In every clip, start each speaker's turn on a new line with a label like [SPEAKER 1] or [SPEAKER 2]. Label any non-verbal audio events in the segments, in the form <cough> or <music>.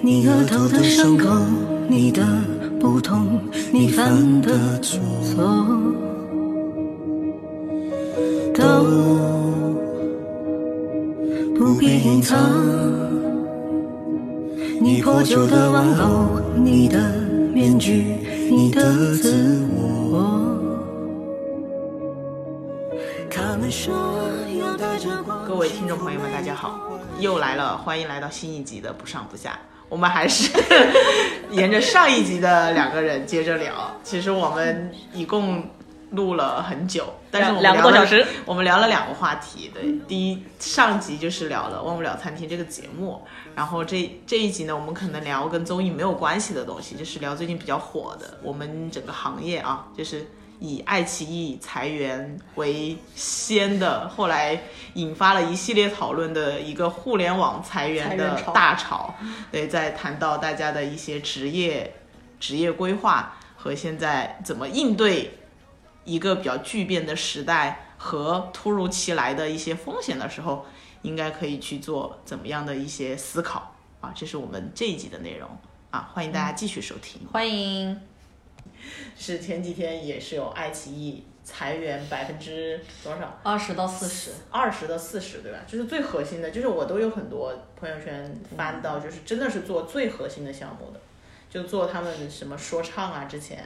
[SPEAKER 1] 你额头的伤口，你的不痛，你犯的错，都不必隐藏。你破旧的玩偶，你的面具，你的自我。他们说要带着光
[SPEAKER 2] 各位听众朋友们，大家好，又来了，欢迎来到新一集的不上不下。我们还是 <laughs> 沿着上一集的两个人接着聊。其实我们一共录了很久，但是我们
[SPEAKER 3] 两
[SPEAKER 2] 聊
[SPEAKER 3] 两个多
[SPEAKER 2] 了
[SPEAKER 3] 小时，
[SPEAKER 2] 我们聊了两个话题。对，第一上集就是聊了《忘不了餐厅》这个节目，然后这这一集呢，我们可能聊跟综艺没有关系的东西，就是聊最近比较火的我们整个行业啊，就是。以爱奇艺裁员为先的，后来引发了一系列讨论的一个互联网裁员
[SPEAKER 3] 裁
[SPEAKER 2] 的
[SPEAKER 3] 员潮
[SPEAKER 2] 大潮。对，在谈到大家的一些职业、职业规划和现在怎么应对一个比较巨变的时代和突如其来的一些风险的时候，应该可以去做怎么样的一些思考啊？这是我们这一集的内容啊，欢迎大家继续收听。
[SPEAKER 3] 欢迎，
[SPEAKER 2] 嗯是前几天也是有爱奇艺裁员百分之多少？
[SPEAKER 3] 二十到四十，
[SPEAKER 2] 二十到四十，对吧？就是最核心的，就是我都有很多朋友圈翻到，就是真的是做最核心的项目的，就做他们什么说唱啊，之前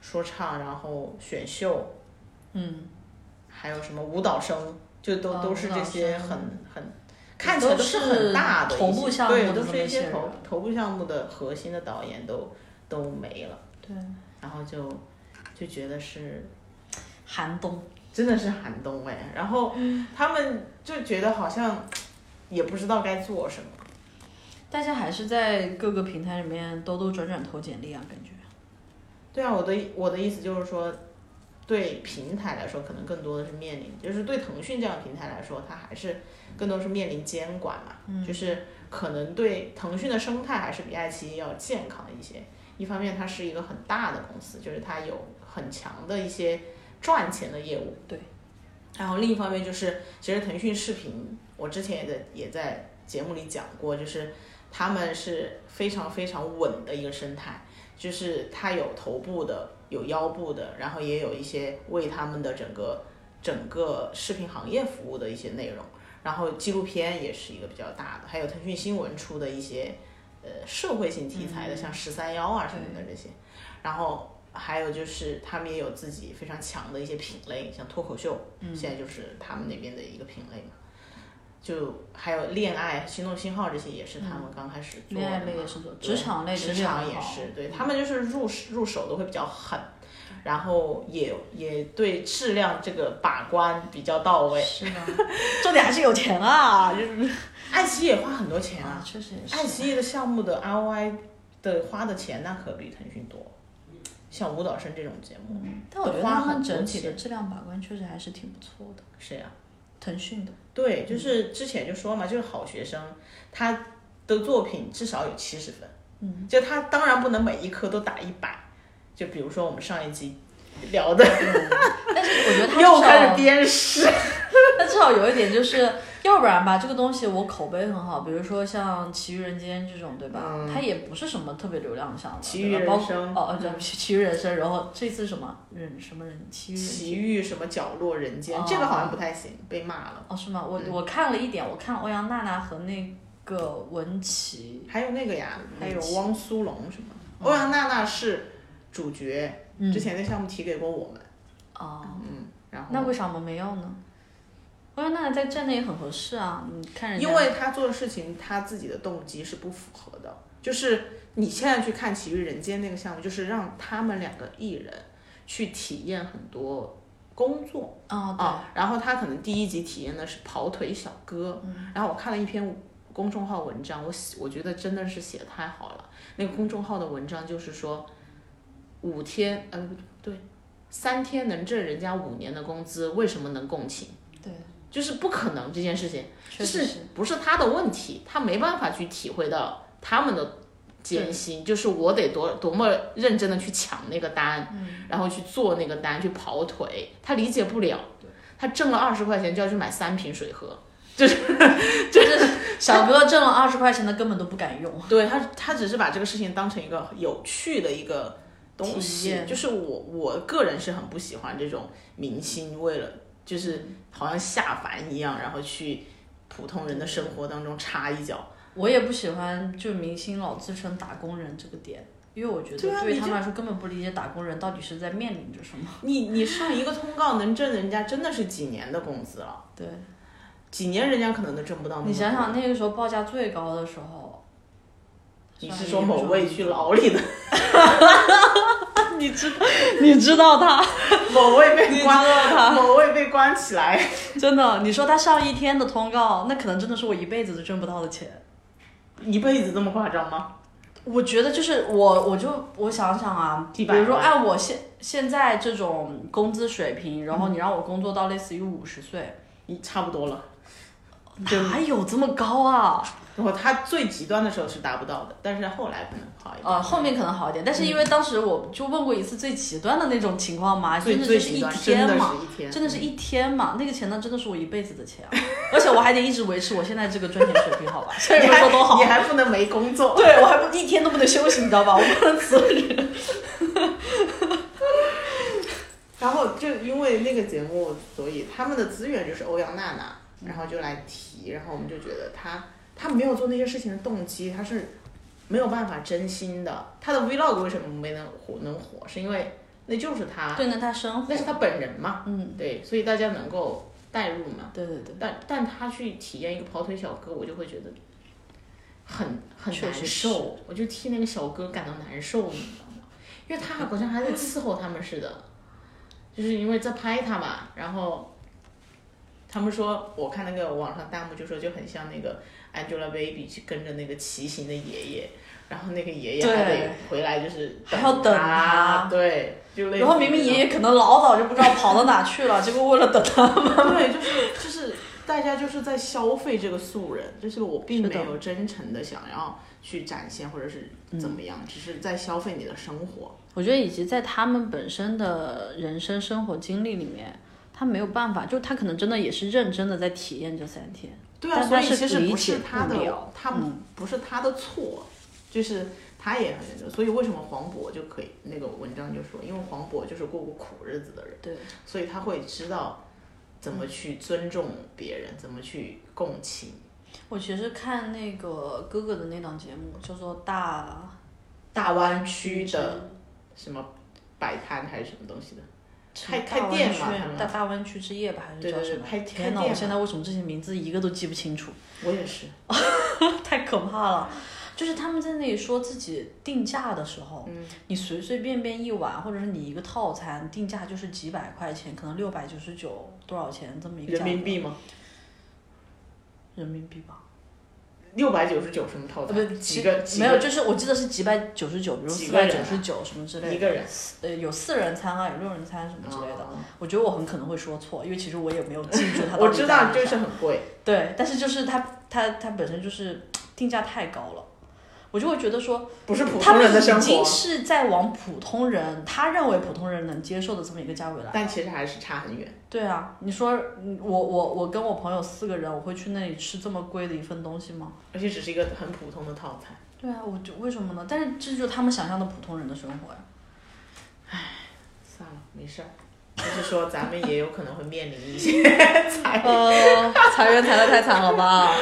[SPEAKER 2] 说唱，然后选秀，
[SPEAKER 3] 嗯，
[SPEAKER 2] 还有什么舞蹈生，就都、
[SPEAKER 3] 哦
[SPEAKER 2] 都是这些
[SPEAKER 3] 舞蹈生嗯
[SPEAKER 2] 很很看起来都是很大的一些
[SPEAKER 3] 头部项目
[SPEAKER 2] 对，
[SPEAKER 3] 的
[SPEAKER 2] 都是
[SPEAKER 3] 这
[SPEAKER 2] 一
[SPEAKER 3] 么一些
[SPEAKER 2] 些
[SPEAKER 3] 人
[SPEAKER 2] 头头部项目的核心的导演都都没了，
[SPEAKER 3] 对，
[SPEAKER 2] 然后就就觉得是
[SPEAKER 3] 寒冬，
[SPEAKER 2] 真的是寒冬哎，然后
[SPEAKER 3] 嗯
[SPEAKER 2] 他们就觉得好像也不知道该做什么。
[SPEAKER 3] 大家还是在各个平台里面兜兜转转投简历啊，感觉
[SPEAKER 2] 对啊，我的我的意思就是说，对平台来说，可能更多的是面临，就是对腾讯这样的平台来说，它还是更多是面临监管嘛，就是可能对腾讯的生态还是比爱奇艺要健康一些。一方面，它是一个很大的公司，就是它有很强的一些赚钱的业务。
[SPEAKER 3] 对。
[SPEAKER 2] 然后另一方面就是，其实腾讯视频，我之前也在也在节目里讲过，就是他们是非常非常稳的一个生态。就是它有头部的，有腰部的，然后也有一些为他们的整个整个视频行业服务的一些内容。然后纪录片也是一个比较大的，还有腾讯新闻出的一些呃社会性题材的，像十三幺啊什么的这些。然后还有就是他们也有自己非常强的一些品类，像脱口秀，
[SPEAKER 3] 嗯
[SPEAKER 2] 现在就是他们那边的一个品类嘛。就还有恋爱、心动信号这些也是他们刚开始
[SPEAKER 3] 嗯
[SPEAKER 2] 做的
[SPEAKER 3] 恋爱
[SPEAKER 2] 嘛。
[SPEAKER 3] 类也是做，
[SPEAKER 2] 对
[SPEAKER 3] 职场类
[SPEAKER 2] 职
[SPEAKER 3] 真的
[SPEAKER 2] 场
[SPEAKER 3] 很
[SPEAKER 2] 也
[SPEAKER 3] 好嗯
[SPEAKER 2] 是，对他们就是入入手都会比较狠，然后也也对质量这个把关比较到位。
[SPEAKER 3] 是的，
[SPEAKER 2] <laughs>
[SPEAKER 3] 重点还是有钱啊，就是
[SPEAKER 2] 爱奇艺也花很多钱啊，
[SPEAKER 3] 确实也
[SPEAKER 2] 爱
[SPEAKER 3] 是，
[SPEAKER 2] 奇艺的项目的 ROI 的花的钱那可比腾讯多，像舞蹈生这种节目，
[SPEAKER 3] 但我觉得
[SPEAKER 2] 花
[SPEAKER 3] 他
[SPEAKER 2] 很
[SPEAKER 3] 们
[SPEAKER 2] 多
[SPEAKER 3] 整体的
[SPEAKER 2] 钱
[SPEAKER 3] 质量把关确实还是挺不错的，
[SPEAKER 2] 是呀、
[SPEAKER 3] 腾讯的，
[SPEAKER 2] 对，就是之前就说嘛，就是好学生，他的作品至少有七十分，嗯，就他当然不能每一科都打一百，就比如说我们上一集聊的
[SPEAKER 3] 但是我觉得他
[SPEAKER 2] 又
[SPEAKER 3] 至
[SPEAKER 2] 开
[SPEAKER 3] 少
[SPEAKER 2] 始鞭尸。
[SPEAKER 3] 但至少有一点就是，要不然吧，这个东西我口碑很好，比如说像《奇遇人间》这种，对吧？它也不是什么特别流量上的，
[SPEAKER 2] 嗯奇遇
[SPEAKER 3] 对吧
[SPEAKER 2] 人生嗯
[SPEAKER 3] 包括哦，对，《奇遇人生》，然后这次什么人什么人，《奇遇人
[SPEAKER 2] 奇遇什么角落人间，
[SPEAKER 3] 哦
[SPEAKER 2] 这个好像不太行，被骂了。
[SPEAKER 3] 哦，是吗？我我看了一点，我看欧阳娜娜和那个文琪，
[SPEAKER 2] 还有那个呀，还有
[SPEAKER 3] 文琪
[SPEAKER 2] 汪苏泷什么，
[SPEAKER 3] 嗯
[SPEAKER 2] 欧阳娜娜是主角，之前那项目提给过我们，
[SPEAKER 3] 哦，
[SPEAKER 2] 嗯，然
[SPEAKER 3] 那
[SPEAKER 2] 后
[SPEAKER 3] 为什么没有呢？欧阳娜娜在站内也很合适啊，你看人家，
[SPEAKER 2] 因为他做的事情，他自己的动机是不符合的，就是你现在去看《奇遇人间》那个项目，就是让他们两个艺人去体验很多工作，
[SPEAKER 3] 哦，对，
[SPEAKER 2] 啊，然后他可能第一集体验的是跑腿小哥，
[SPEAKER 3] 嗯
[SPEAKER 2] 然后我看了一篇公众号文章，我写我觉得真的是写得太好了。那个公众号的文章就是说，五天呃不对，三天能挣人家五年的工资，为什么能共情？
[SPEAKER 3] 对，
[SPEAKER 2] 就是不可能这件事情，
[SPEAKER 3] 确
[SPEAKER 2] 就
[SPEAKER 3] 实
[SPEAKER 2] 是
[SPEAKER 3] 是，
[SPEAKER 2] 不是他的问题，他没办法去体会到他们的艰辛，就是我得多多么认真的去抢那个单，然后去做那个单，去跑腿，他理解不了。他挣了二十块钱就要去买三瓶水喝，
[SPEAKER 3] 就是小哥挣了二十块钱的根本都不敢用。
[SPEAKER 2] 对他，他只是把这个事情当成一个有趣的一个东
[SPEAKER 3] 体
[SPEAKER 2] 西
[SPEAKER 3] 验，
[SPEAKER 2] 就是我我个人是很不喜欢这种明星为了就是好像下凡一样，然后去普通人的生活当中插一脚。
[SPEAKER 3] 我也不喜欢就明星老自称打工人这个点，因为我觉得
[SPEAKER 2] 对啊
[SPEAKER 3] 对于
[SPEAKER 2] 你
[SPEAKER 3] 他
[SPEAKER 2] 这
[SPEAKER 3] 们来说根本不理解打工人到底是在面临着什么。
[SPEAKER 2] 你你上一个通告能挣人家真的是几年的工资了，
[SPEAKER 3] 对
[SPEAKER 2] 几年人家可能都挣不到那么多。
[SPEAKER 3] 你想想，那个时候报价最高的时候，
[SPEAKER 2] 你是说某位去牢里的
[SPEAKER 3] 你知 <laughs> 你知道他，
[SPEAKER 2] 某位
[SPEAKER 3] 你
[SPEAKER 2] 被
[SPEAKER 3] 知道 <laughs> 他
[SPEAKER 2] 关，某位被关起来？
[SPEAKER 3] <laughs> 真的，你说他上一天的通告，那可能真的是我一辈子都挣不到的钱。
[SPEAKER 2] 一辈子这么夸张吗？
[SPEAKER 3] 我觉得就是我，我就我想想啊，比
[SPEAKER 2] 一百万
[SPEAKER 3] 如说按我现现在这种工资水平，然后你让我工作到类似于五十岁，
[SPEAKER 2] 你差不多了。
[SPEAKER 3] 哪有这么高啊？
[SPEAKER 2] 然后他最极端的时候是达不到的，但是后来可能好一点。
[SPEAKER 3] 呃，后面可能好一点，但是因为当时我就问过一次最极端的那种情况嘛，
[SPEAKER 2] 最
[SPEAKER 3] 真的就
[SPEAKER 2] 最
[SPEAKER 3] 是
[SPEAKER 2] 极
[SPEAKER 3] 一
[SPEAKER 2] 端真
[SPEAKER 3] 天
[SPEAKER 2] 的
[SPEAKER 3] 嘛，
[SPEAKER 2] 是一天，嗯
[SPEAKER 3] 真的是一天嘛，那个钱呢真的是我一辈子的钱啊， <laughs> 而且我还得一直维持我现在这个赚钱水平，
[SPEAKER 2] <laughs>
[SPEAKER 3] 好吧？虽然你
[SPEAKER 2] 你
[SPEAKER 3] 们
[SPEAKER 2] 还
[SPEAKER 3] 说多好
[SPEAKER 2] 你，还不能没工作。
[SPEAKER 3] 对我还不一天都不能休息，你知道吧？我不能辞职。
[SPEAKER 2] 然后就因为那个节目，所以他们的资源就是欧阳娜娜，然后就来提，然后我们就觉得她她没有做那些事情的动机，她是没有办法真心的。她的 vlog 为什么没能火能火，是因为那就是她，
[SPEAKER 3] 啊对，那他生活
[SPEAKER 2] 那，是她本人嘛，
[SPEAKER 3] 嗯，
[SPEAKER 2] 对，所以大家能够代入嘛。
[SPEAKER 3] 对对对，
[SPEAKER 2] 但但他去体验一个跑腿小哥，我就会觉得很很
[SPEAKER 3] 确
[SPEAKER 2] 难
[SPEAKER 3] 实是
[SPEAKER 2] 受，我就替那个小哥感到难受，你知道吗？因为他好像还在伺候他们似的，就是因为在拍他嘛，然后。他们说，我看那个网上弹幕就说就很像那个 Angelababy 去跟着那个骑行的爷爷，然后那个爷爷还
[SPEAKER 3] 对
[SPEAKER 2] 得回来，就是
[SPEAKER 3] 还要等
[SPEAKER 2] 他
[SPEAKER 3] 他，
[SPEAKER 2] 对，就类似
[SPEAKER 3] 然后明明
[SPEAKER 2] 这种
[SPEAKER 3] 爷爷可能老早就不知道跑到哪去 <laughs> 了，结果为了等他，
[SPEAKER 2] <laughs> 对，就是就是大家就是在消费这个素人，就是我并
[SPEAKER 3] 是
[SPEAKER 2] 没
[SPEAKER 3] 的嗯
[SPEAKER 2] 有真诚的想要去展现或者是怎么样，只是在消费你的生活。
[SPEAKER 3] <laughs> 我觉得以及在他们本身的人生生活经历里面，他没有办法，就他可能真的也是认真的在体验这三天。
[SPEAKER 2] 对啊，
[SPEAKER 3] 但
[SPEAKER 2] 所
[SPEAKER 3] 他
[SPEAKER 2] 以
[SPEAKER 3] 是
[SPEAKER 2] 其实
[SPEAKER 3] 理
[SPEAKER 2] 不
[SPEAKER 3] 解
[SPEAKER 2] 是他
[SPEAKER 3] 不
[SPEAKER 2] 的
[SPEAKER 3] 了，嗯
[SPEAKER 2] 他不不是他的错，就是他也很认真。所以为什么黄渤就可以那个文章就说，因为黄渤就是过过苦日子的人，
[SPEAKER 3] 对，
[SPEAKER 2] 所以他会知道怎么去尊重别人，怎么去共情。
[SPEAKER 3] 我其实看那个哥哥的那档节目，叫做《大
[SPEAKER 2] 大湾区的什么摆摊还是什么东西的，开
[SPEAKER 3] 大
[SPEAKER 2] 开
[SPEAKER 3] 湾
[SPEAKER 2] 店
[SPEAKER 3] 区
[SPEAKER 2] 嘛，他们
[SPEAKER 3] 大大湾区之夜吧，还是
[SPEAKER 2] 对
[SPEAKER 3] 叫
[SPEAKER 2] 对
[SPEAKER 3] 什
[SPEAKER 2] 对
[SPEAKER 3] 么？
[SPEAKER 2] 开开
[SPEAKER 3] 天哪！
[SPEAKER 2] 店
[SPEAKER 3] 我
[SPEAKER 2] 嘛
[SPEAKER 3] 现在为什么这些名字一个都记不清楚？
[SPEAKER 2] 我也是，
[SPEAKER 3] <laughs> 太可怕了。就是他们在那里说自己定价的时候，
[SPEAKER 2] 嗯
[SPEAKER 3] 你随随便便一碗，或者是你一个套餐定价就是几百块钱，可能六百九十九多少钱这么一个
[SPEAKER 2] 人
[SPEAKER 3] 价格
[SPEAKER 2] 民币吗？
[SPEAKER 3] 人民币吧，
[SPEAKER 2] 六百九十九什么套
[SPEAKER 3] 呃，
[SPEAKER 2] 餐？
[SPEAKER 3] 不，
[SPEAKER 2] 几
[SPEAKER 3] 其
[SPEAKER 2] 个几
[SPEAKER 3] 没
[SPEAKER 2] 个
[SPEAKER 3] 有，就是我记得是几百九十九，比如
[SPEAKER 2] 几
[SPEAKER 3] 四
[SPEAKER 2] 个
[SPEAKER 3] 百
[SPEAKER 2] 人
[SPEAKER 3] 九
[SPEAKER 2] 啊
[SPEAKER 3] 十九什么之类的，
[SPEAKER 2] 一个人
[SPEAKER 3] 呃，有四人餐啊，有六人餐什么之类的。
[SPEAKER 2] 啊
[SPEAKER 3] 我觉得我很可能会说错，因为其实我也没有记住
[SPEAKER 2] <laughs>
[SPEAKER 3] 它到底
[SPEAKER 2] 我知道
[SPEAKER 3] 在哪
[SPEAKER 2] 就是很贵，
[SPEAKER 3] 对，但是就是它它它本身就是定价太高了，我就会觉得说。
[SPEAKER 2] 不是普
[SPEAKER 3] 他
[SPEAKER 2] 通
[SPEAKER 3] 们
[SPEAKER 2] 人的
[SPEAKER 3] 已
[SPEAKER 2] 生
[SPEAKER 3] 经
[SPEAKER 2] 活，
[SPEAKER 3] 是在往普通人，他认为普通人能接受的这么一个价位来。
[SPEAKER 2] 但其实还是差很远。
[SPEAKER 3] 对啊，你说嗯我我我跟我朋友四个人，我会去那里吃这么贵的一份东西吗？
[SPEAKER 2] 而且只是一个很普通的套餐，
[SPEAKER 3] 对啊，我就为什么呢？但是这就是他们想象的普通人的生 <laughs> 活呀、
[SPEAKER 2] 算了，没事儿。就是说，咱们也有可能会面临一
[SPEAKER 3] <laughs>
[SPEAKER 2] 些裁
[SPEAKER 3] 呃，裁员裁的太惨了 <laughs> 吧？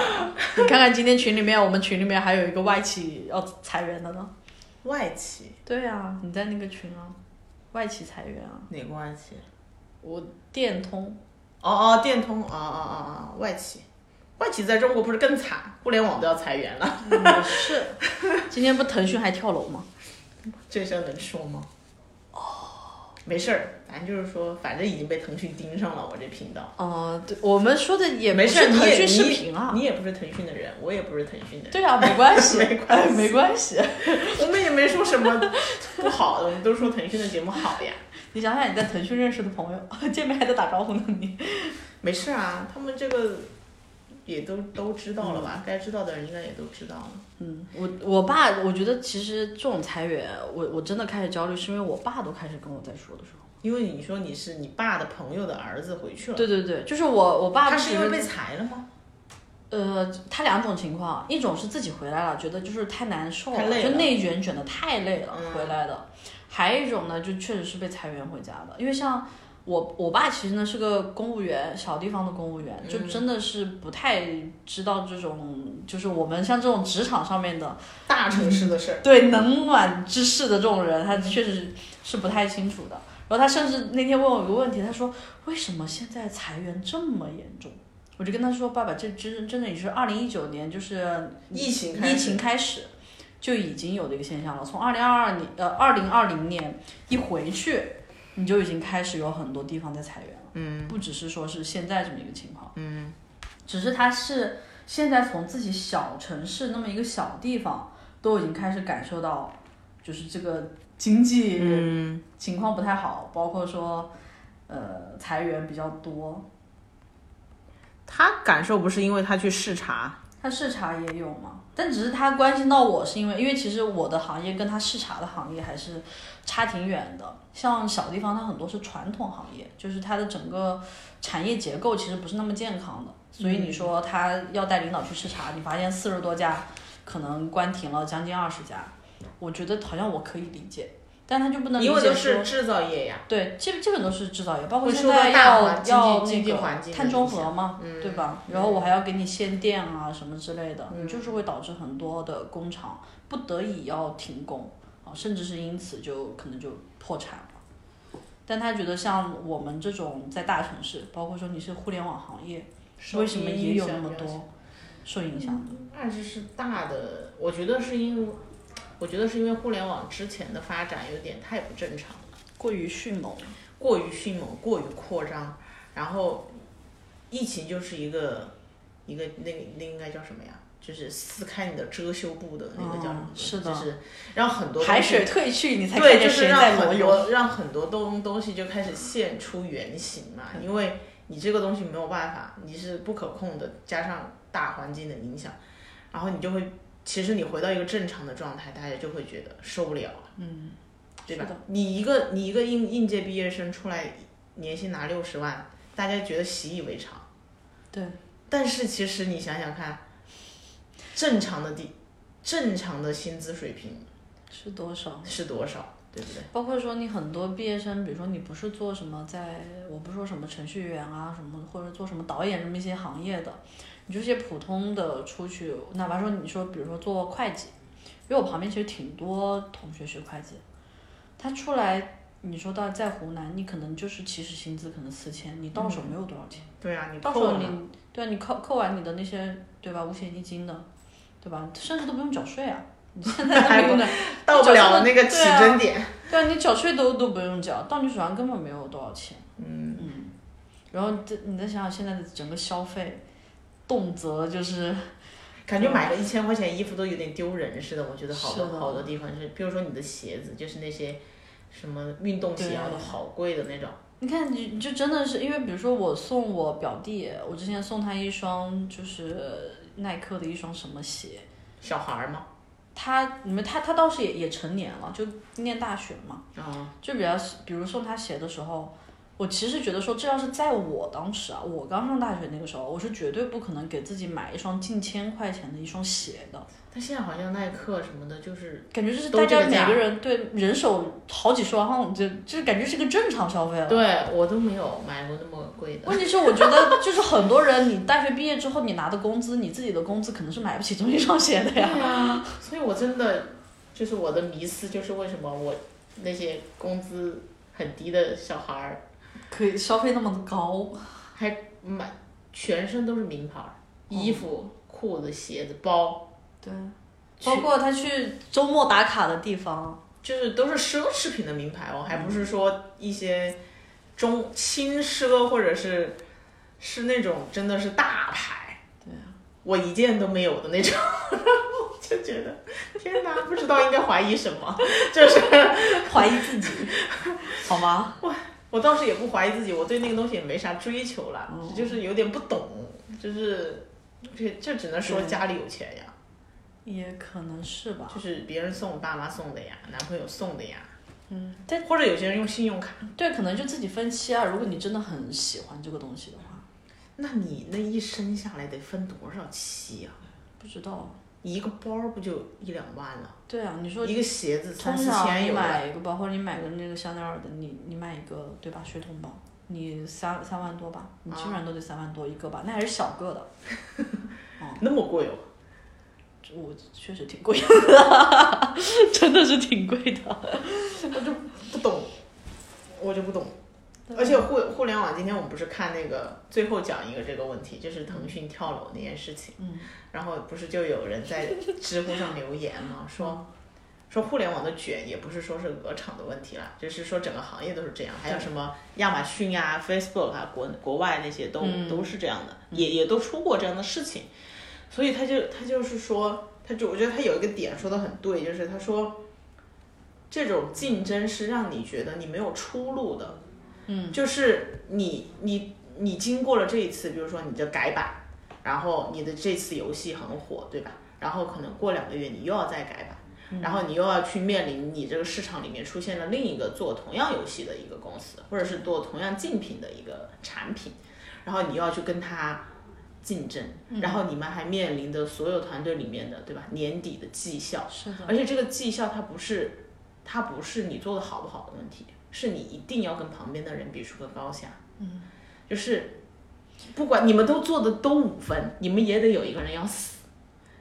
[SPEAKER 3] 你看看今天群里面，我们群里面还有一个外企要裁员的呢。
[SPEAKER 2] 外企，
[SPEAKER 3] 对啊，你在那个群啊，外企裁员啊，
[SPEAKER 2] 哪个外企？
[SPEAKER 3] 我电通
[SPEAKER 2] 哦哦，电通，哦哦哦哦，外企，外企在中国不是更惨，互联网都要裁员了。
[SPEAKER 3] 也嗯是，今天不腾讯还跳楼吗？
[SPEAKER 2] 这事儿能说吗？哦，没事儿，咱就是说，反正已经被腾讯盯上了我这频道，
[SPEAKER 3] 哦，对，我们说的也
[SPEAKER 2] 没
[SPEAKER 3] 不
[SPEAKER 2] 事儿，
[SPEAKER 3] 是
[SPEAKER 2] 你
[SPEAKER 3] 腾
[SPEAKER 2] 也
[SPEAKER 3] 讯视
[SPEAKER 2] 你
[SPEAKER 3] 频啊，
[SPEAKER 2] 你也不是腾讯的人，我也不是腾讯的人，
[SPEAKER 3] 对啊， <laughs> 没关系，
[SPEAKER 2] 没关系
[SPEAKER 3] 哎没关系。
[SPEAKER 2] <laughs> 我们也没说什么不好的，我们都说腾讯的节目好呀。
[SPEAKER 3] 你想想你在腾讯认识的朋友， <laughs> 见面还在打招呼呢，你
[SPEAKER 2] 没事儿啊，他们这个也都都知道了吧？该知道的人应该也都知道了。
[SPEAKER 3] 嗯，我我爸，我觉得其实这种裁员，我我真的开始焦虑，是因为我爸都开始跟我在说的时候，
[SPEAKER 2] 因为你说你是你爸的朋友的儿子回去了，
[SPEAKER 3] 对对对，就是我我爸
[SPEAKER 2] 他是
[SPEAKER 3] 只
[SPEAKER 2] 因为被裁了吗？
[SPEAKER 3] 呃，他两种情况，一种是自己回来了，觉得就是太难受
[SPEAKER 2] 太累了
[SPEAKER 3] 就内卷卷的太累了、
[SPEAKER 2] 嗯
[SPEAKER 3] 回来的；还有一种呢，就确实是被裁员回家的，因为像。我我爸其实呢是个公务员，小地方的公务员，就
[SPEAKER 2] 嗯
[SPEAKER 3] 真的是不太知道这种，就是我们像这种职场上面的
[SPEAKER 2] 大城市的事儿，嗯
[SPEAKER 3] 对冷暖之事的这种人，他确实是不太清楚的。然后他甚至那天问我一个问题，他说为什么现在裁员这么严重？我就跟他说，爸爸，这真真的也是二零一九年，就是
[SPEAKER 2] 嗯疫情开
[SPEAKER 3] 疫
[SPEAKER 2] 始
[SPEAKER 3] 情开始就已经有这个现象了。从二零二二年，呃，二零二零年一回去，你就已经开始有很多地方在裁员了。嗯，不只是说是现在这么一个情况。嗯，只是他是现在从自己小城市那么一个小地方，都已经开始感受到，就是这个经
[SPEAKER 2] 嗯
[SPEAKER 3] 济情况不太好，包括说，呃，裁员比较多。
[SPEAKER 2] 他感受不是因为他去视察，
[SPEAKER 3] 他视察也有嘛，但只是他关心到我，是因为因为其实我的行业跟他视察的行业还是差挺远的。像小地方，它很多是传统行业，就是它的整个产业结构其实不是那么健康的。所以
[SPEAKER 2] 嗯
[SPEAKER 3] 你说他要带领导去视察，你发现四十多家可能关停了将近二十家，我觉得好像我可以理解，但他就不能理
[SPEAKER 2] 因为
[SPEAKER 3] 解
[SPEAKER 2] 都
[SPEAKER 3] 说
[SPEAKER 2] 是制造业呀。
[SPEAKER 3] 对，基本基本都是制造业，包括
[SPEAKER 2] 会
[SPEAKER 3] 现
[SPEAKER 2] 受到
[SPEAKER 3] 在
[SPEAKER 2] 大
[SPEAKER 3] 要要
[SPEAKER 2] 环经济
[SPEAKER 3] 那
[SPEAKER 2] 经济
[SPEAKER 3] 个
[SPEAKER 2] 环境的
[SPEAKER 3] 碳
[SPEAKER 2] 影
[SPEAKER 3] 中和
[SPEAKER 2] 响嗯
[SPEAKER 3] 嘛，对吧？然后我还要给你限电啊什么之类的，
[SPEAKER 2] 嗯
[SPEAKER 3] 你就是会导致很多的工厂不得已要停工啊，甚至是因此就可能就破产了。但他觉得像我们这种在大城市，包括说你是互联网行业，为什么也有那么多受影响的？
[SPEAKER 2] 那就是大的，我觉得是因为，我觉得是因为互联网之前的发展有点太不正常了，
[SPEAKER 3] 过于迅猛，
[SPEAKER 2] 过于迅猛，过于扩张，然后疫情就是一个一个那个那应该叫什么呀？就是撕开你的遮羞布的那个叫什么
[SPEAKER 3] 嗯
[SPEAKER 2] 东西？
[SPEAKER 3] 是的
[SPEAKER 2] 就是让很多东西
[SPEAKER 3] 海水退去，你才看
[SPEAKER 2] 对，
[SPEAKER 3] 见
[SPEAKER 2] 就是
[SPEAKER 3] 谁
[SPEAKER 2] 让
[SPEAKER 3] 在裸
[SPEAKER 2] 很
[SPEAKER 3] 泳。
[SPEAKER 2] 多让很多东东西就开始现出原形嘛，
[SPEAKER 3] 嗯
[SPEAKER 2] 因为你这个东西没有办法，你是不可控的，加上大环境的影响，然后你就会，其实你回到一个正常的状态，大家就会觉得受不了了，嗯，对吧
[SPEAKER 3] 是的？
[SPEAKER 2] 你一个你一个应应届毕业生出来，年薪拿六十万，大家觉得习以为常，
[SPEAKER 3] 对，
[SPEAKER 2] 但是其实你想想看，正常的地，正常的薪资水平
[SPEAKER 3] 是多少？
[SPEAKER 2] 是多少，对不对？
[SPEAKER 3] 包括说你很多毕业生，比如说你不是做什么在，我不说什么程序员啊什么，或者做什么导演这么一些行业的，你就是些普通的出去，哪怕说你说比如说做会计，因为我旁边其实挺多同学学会计，他出来你说到在湖南，你可能就是起始薪资可能四千，你到手没有多少钱，
[SPEAKER 2] 对啊，你
[SPEAKER 3] 到
[SPEAKER 2] 扣
[SPEAKER 3] 手
[SPEAKER 2] 了嘛
[SPEAKER 3] 你对啊，你扣扣完你的那些对吧五险一金的，对吧，甚至都不用缴税啊，你现在
[SPEAKER 2] 还
[SPEAKER 3] 都不用
[SPEAKER 2] 到不了那个起征点。
[SPEAKER 3] 对啊，你缴税都都不用缴，到你手上根本没有多少钱。
[SPEAKER 2] 嗯，
[SPEAKER 3] 然后这你再想想现在的整个消费，动辄就是
[SPEAKER 2] 感觉买个一千块钱衣服都有点丢人似的。我觉得好多
[SPEAKER 3] 啊是的
[SPEAKER 2] 好多地方是，比如说你的鞋子，就是那些什么运动鞋啊，
[SPEAKER 3] 对
[SPEAKER 2] 都好贵的那种。
[SPEAKER 3] 你看你你就真的是因为比如说我送我表弟，我之前送他一双就是耐克的一双什么鞋，
[SPEAKER 2] 小孩儿嘛，
[SPEAKER 3] 他你们他他倒是也也成年了，就念大学嘛，
[SPEAKER 2] 啊，
[SPEAKER 3] 就比较，比如送他鞋的时候，我其实觉得说，这要是在我当时啊，我刚上大学那个时候，我是绝对不可能给自己买一双近千块钱的一双鞋的，
[SPEAKER 2] 但现在好像耐克什么的，就是
[SPEAKER 3] 感觉就是
[SPEAKER 2] 都
[SPEAKER 3] 大
[SPEAKER 2] 这
[SPEAKER 3] 家
[SPEAKER 2] 个
[SPEAKER 3] 每
[SPEAKER 2] 价
[SPEAKER 3] 个人对人手好几双，就就是感觉是个正常消费了。
[SPEAKER 2] 对我都没有买过那么贵的。
[SPEAKER 3] 问题是，我觉得就是很多人，你大学毕业之后，你拿的工资，你自己的工资可能是买不起这么一双鞋的
[SPEAKER 2] 对
[SPEAKER 3] 呀。
[SPEAKER 2] 啊，所以我真的就是我的迷思，就是为什么我那些工资很低的小孩儿
[SPEAKER 3] 可以消费那么高，
[SPEAKER 2] 买全身都是名牌儿，
[SPEAKER 3] 哦
[SPEAKER 2] 衣服、裤子、鞋子、包，
[SPEAKER 3] 对，包括他去周末打卡的地方，
[SPEAKER 2] 就是都是奢侈品的名牌哦，还不
[SPEAKER 3] 嗯
[SPEAKER 2] 是说一些中轻奢或者是是那种真的是大牌，
[SPEAKER 3] 对啊，
[SPEAKER 2] 我一件都没有的那种，我就觉得天哪，不知道应该怀疑什么，就是
[SPEAKER 3] <laughs> 怀疑
[SPEAKER 2] <laughs>
[SPEAKER 3] 自己，好吗？
[SPEAKER 2] 我倒是也不怀疑自己，我对那个东西也没啥追求啦，
[SPEAKER 3] 哦
[SPEAKER 2] 就是有点不懂，就是这这只能说
[SPEAKER 3] 对
[SPEAKER 2] 家里有钱呀，
[SPEAKER 3] 也可能是吧，
[SPEAKER 2] 就是别人送，爸妈送的呀，男朋友送的呀，
[SPEAKER 3] 嗯，但
[SPEAKER 2] 或者有些人用信用卡，
[SPEAKER 3] 对，可能就自己分期啊。如果你真的很喜欢这个东西的话，
[SPEAKER 2] 那你那一生下来得分多少期啊？
[SPEAKER 3] 不知道。
[SPEAKER 2] 一个包不就一两万了？
[SPEAKER 3] 对啊，你说
[SPEAKER 2] 一个鞋子
[SPEAKER 3] 通
[SPEAKER 2] 三四
[SPEAKER 3] 常
[SPEAKER 2] 千
[SPEAKER 3] 你
[SPEAKER 2] 有的，
[SPEAKER 3] 买一个包，或者你买个那个香奈儿的，你你买一个对吧？血统包，你三三万多吧，你基本上都得三万多一个吧，那还是小个的，
[SPEAKER 2] 那么贵哦。
[SPEAKER 3] 这我确实挺贵的，
[SPEAKER 2] <laughs>
[SPEAKER 3] 真的是挺贵的。
[SPEAKER 2] 不懂，我就不懂。而且互互联网，今天我们不是看那个最后讲一个这个问题，就是腾讯跳楼那件事情。
[SPEAKER 3] 嗯。
[SPEAKER 2] 然后不是就有人在知乎上留言嘛，
[SPEAKER 3] 嗯
[SPEAKER 2] 说说互联网的卷也不是说是鹅厂的问题啦，就是说整个行业都是这样，还有什么亚马逊呀、Facebook 啊，国国外那些都、都是这样的，也也都出过这样的事情。所以他就他就是说，他就我觉得他有一个点说的很对，就是他说。这种竞争是让你觉得你没有出路的，嗯，就是你你你经过了这一次，比如说你的改版，然后你的这次游戏很火，对吧？然后可能过两个月你又要再改版，然后你又要去面临你这个市场里面出现了另一个做同样游戏的一个公司，或者是做同样竞品的一个产品，然后你又要去跟它竞争，然后你们还面临的所有团队里面的，对吧？年底的绩效，
[SPEAKER 3] 是的，
[SPEAKER 2] 而且这个绩效它不是，它不是你做的好不好的问题，是你一定要跟旁边的人比出个高下。
[SPEAKER 3] 嗯，
[SPEAKER 2] 就是不管你们都做的都五分，你们也得有一个人要死。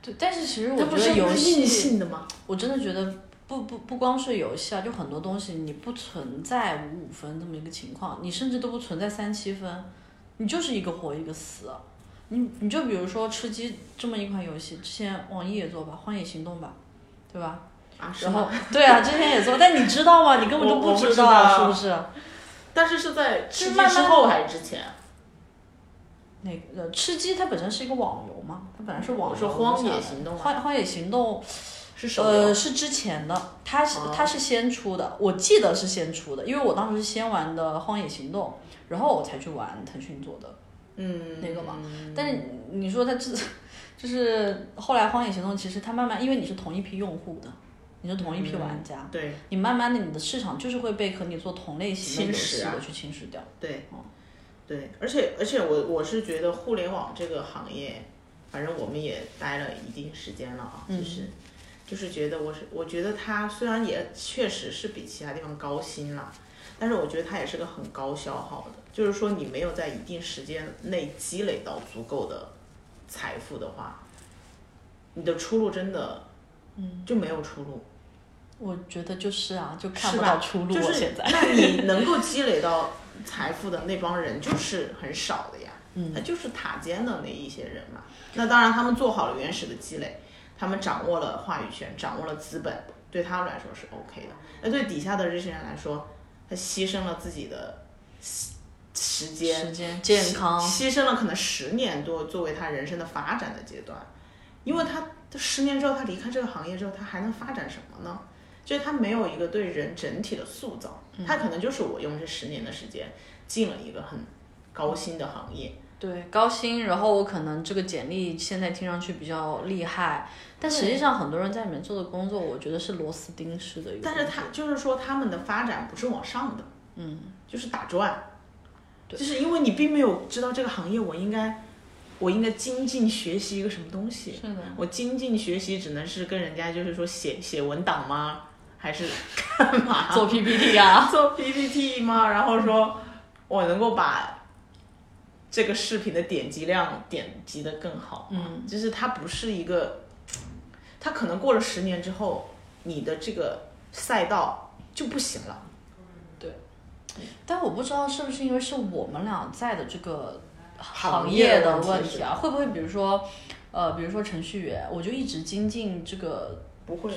[SPEAKER 3] 对，但是其实我
[SPEAKER 2] 它
[SPEAKER 3] 觉
[SPEAKER 2] 不
[SPEAKER 3] 得
[SPEAKER 2] 是
[SPEAKER 3] 游
[SPEAKER 2] 不是
[SPEAKER 3] 戏，
[SPEAKER 2] 硬性的吗？
[SPEAKER 3] 我真的觉得不不不光是游戏啊，就很多东西你不存在五五分这么一个情况，你甚至都不存在三七分，你就是一个活一个死。啊你你就比如说吃鸡这么一款游戏，之前网易也做吧，《荒野行动》吧，对吧？
[SPEAKER 2] 啊，是
[SPEAKER 3] 然后
[SPEAKER 2] 吗？
[SPEAKER 3] 对啊，之前也做，但你知道吗？你根本就
[SPEAKER 2] 我我不
[SPEAKER 3] 知
[SPEAKER 2] 知道
[SPEAKER 3] 是不是？
[SPEAKER 2] 但是是在
[SPEAKER 3] 是
[SPEAKER 2] 吃鸡
[SPEAKER 3] 慢
[SPEAKER 2] 之
[SPEAKER 3] 慢
[SPEAKER 2] 后还是之前？
[SPEAKER 3] 那个呃吃鸡它本身是一个网游嘛，它本来是网游。
[SPEAKER 2] 我说荒野
[SPEAKER 3] 我想
[SPEAKER 2] 行动吗啊
[SPEAKER 3] 荒荒野行动，
[SPEAKER 2] 是手游
[SPEAKER 3] 呃，是之前的，它是
[SPEAKER 2] 哦
[SPEAKER 3] 它是先出的，我记得是先出的，因为我当时是先玩的荒野行动，然后我才去玩腾讯做的
[SPEAKER 2] 嗯
[SPEAKER 3] 那个嘛。但是你说它这， <laughs> 就是后来荒野行动，其实它慢慢，因为你是同一批用户的，你是同一批玩家，
[SPEAKER 2] 对
[SPEAKER 3] 你慢慢的你的市场就是会被和你做同类型的游
[SPEAKER 2] 侵蚀
[SPEAKER 3] 戏
[SPEAKER 2] 啊
[SPEAKER 3] 的去侵蚀掉。
[SPEAKER 2] 对
[SPEAKER 3] 哦
[SPEAKER 2] 对，而且而且我我是觉得互联网这个行业，反正我们也待了一定时间了啊，
[SPEAKER 3] 嗯
[SPEAKER 2] 就是。就是觉得我是，我觉得它虽然也确实是比其他地方高薪了，但是我觉得它也是个很高消耗的。就是说，你没有在一定时间内积累到足够的财富的话，你的出路真的，嗯，就没有出路。
[SPEAKER 3] 我觉得就是啊，就看
[SPEAKER 2] 是
[SPEAKER 3] 不
[SPEAKER 2] 吧
[SPEAKER 3] 到出路
[SPEAKER 2] 就
[SPEAKER 3] 了。
[SPEAKER 2] 是
[SPEAKER 3] 现在，
[SPEAKER 2] 那
[SPEAKER 3] <laughs>
[SPEAKER 2] 你能够积累到财富的那帮人就是很少的呀，
[SPEAKER 3] 嗯
[SPEAKER 2] 他就是塔尖的那一些人嘛。那当然，他们做好了原始的积累，他们掌握了话语权，掌握了资本，对他们来说是 OK 的。那对底下的这些人来说，他牺牲了自己的时时间，
[SPEAKER 3] 时间、健康，
[SPEAKER 2] 牺牲了可能十年多作为他人生的发展的阶段，因为他十年之后他离开这个行业之后，他还能发展什么呢？就是他没有一个对人整体的塑造，他可能就是我用这十年的时间进了一个很高薪的行业，
[SPEAKER 3] 对高薪，然后我可能这个简历现在听上去比较厉害，但实际上很多人在里面做的工作，我觉得是螺丝钉式的一个工
[SPEAKER 2] 但
[SPEAKER 3] 作。
[SPEAKER 2] 是他就是说他们的发展不是往上的，嗯，就是打转，
[SPEAKER 3] 对
[SPEAKER 2] 就是因为你并没有知道这个行业我应该我应该精进学习一个什么东西，
[SPEAKER 3] <laughs> 是的，
[SPEAKER 2] 我精进学习只能是跟人家就是说写写文档吗？还是干嘛？
[SPEAKER 3] 做 PPT
[SPEAKER 2] <laughs>
[SPEAKER 3] 啊，
[SPEAKER 2] 做 PPT 吗？然后说我能够把这个视频的点击量点击的更好吗？
[SPEAKER 3] 嗯
[SPEAKER 2] 就是它不是一个，它可能过了十年之后，你的这个赛道就不行了。
[SPEAKER 3] 但我不知道是不是因为是我们俩在的这个
[SPEAKER 2] 行
[SPEAKER 3] 行
[SPEAKER 2] 业
[SPEAKER 3] 业
[SPEAKER 2] 的
[SPEAKER 3] 的
[SPEAKER 2] 问题
[SPEAKER 3] 问题啊，会不会比如说，呃，比如说程序员，我就一直精进这个，
[SPEAKER 2] 不会，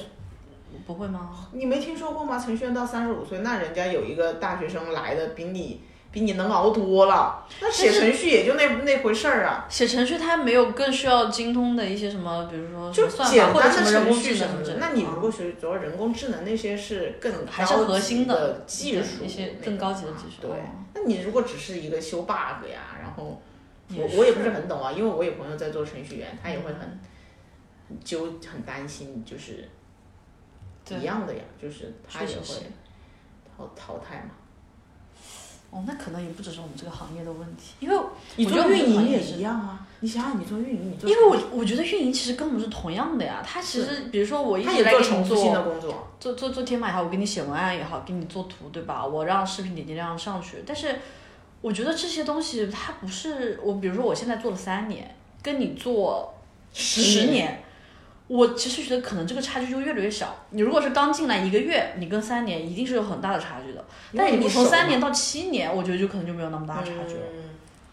[SPEAKER 3] 不会吗？
[SPEAKER 2] 哦你没听说过吗？程序员到三十五岁，那人家有一个大学生来的比你比你能熬多了，那写
[SPEAKER 3] 但是
[SPEAKER 2] 程序也就那那回事儿啊。
[SPEAKER 3] 写程序它没有更需要精通的一些什么，比如说什
[SPEAKER 2] 就
[SPEAKER 3] 么算
[SPEAKER 2] 简
[SPEAKER 3] 法
[SPEAKER 2] 单
[SPEAKER 3] 或
[SPEAKER 2] 的
[SPEAKER 3] 者什么人
[SPEAKER 2] 程
[SPEAKER 3] 工
[SPEAKER 2] 序
[SPEAKER 3] 智
[SPEAKER 2] 什
[SPEAKER 3] 能
[SPEAKER 2] 么
[SPEAKER 3] 之类
[SPEAKER 2] 的
[SPEAKER 3] 的。，
[SPEAKER 2] 那你如果学主要人工智能那些是更
[SPEAKER 3] 还是核心
[SPEAKER 2] 高级
[SPEAKER 3] 的
[SPEAKER 2] 的技术
[SPEAKER 3] 对一些
[SPEAKER 2] 那个
[SPEAKER 3] 更高级的
[SPEAKER 2] 嘛
[SPEAKER 3] 技术
[SPEAKER 2] 对
[SPEAKER 3] 哦，
[SPEAKER 2] 那你如果只是一个修 bug 呀，然后
[SPEAKER 3] 也
[SPEAKER 2] 我我也不是很懂啊，因为我有朋友在做程序员，他也会很很纠很担心，就是
[SPEAKER 3] 对
[SPEAKER 2] 一样的呀，就是他
[SPEAKER 3] 确
[SPEAKER 2] 也
[SPEAKER 3] 实
[SPEAKER 2] 会
[SPEAKER 3] 是
[SPEAKER 2] 淘淘汰嘛。
[SPEAKER 3] 哦，那可能也不只是我们这个行业的问题，因为
[SPEAKER 2] 你
[SPEAKER 3] 我
[SPEAKER 2] 做
[SPEAKER 3] 觉得
[SPEAKER 2] 运
[SPEAKER 3] 我们
[SPEAKER 2] 营
[SPEAKER 3] 行业
[SPEAKER 2] 也
[SPEAKER 3] 是
[SPEAKER 2] 一样啊，你想想你做运营，你做
[SPEAKER 3] 因为我我觉得运营其实跟我们是同样的呀，它其实比如说我一
[SPEAKER 2] 他
[SPEAKER 3] 直
[SPEAKER 2] 也
[SPEAKER 3] 在
[SPEAKER 2] 做
[SPEAKER 3] 给你
[SPEAKER 2] 重复性的
[SPEAKER 3] 做
[SPEAKER 2] 工作，
[SPEAKER 3] 做做做天马也好，我给你写文案也好，给你做图对吧？我让视频点击量上去，但是我觉得这些东西它不是我，比如说我现在做了三年，跟你做十
[SPEAKER 2] 年
[SPEAKER 3] 年。我其实觉得可能这个差距就越来越小。你如果是刚进来一个月，你跟三年一定是有很大的差距的。但是你从三年到七年，我觉得就可能就没有那么大的差距了。
[SPEAKER 2] 嗯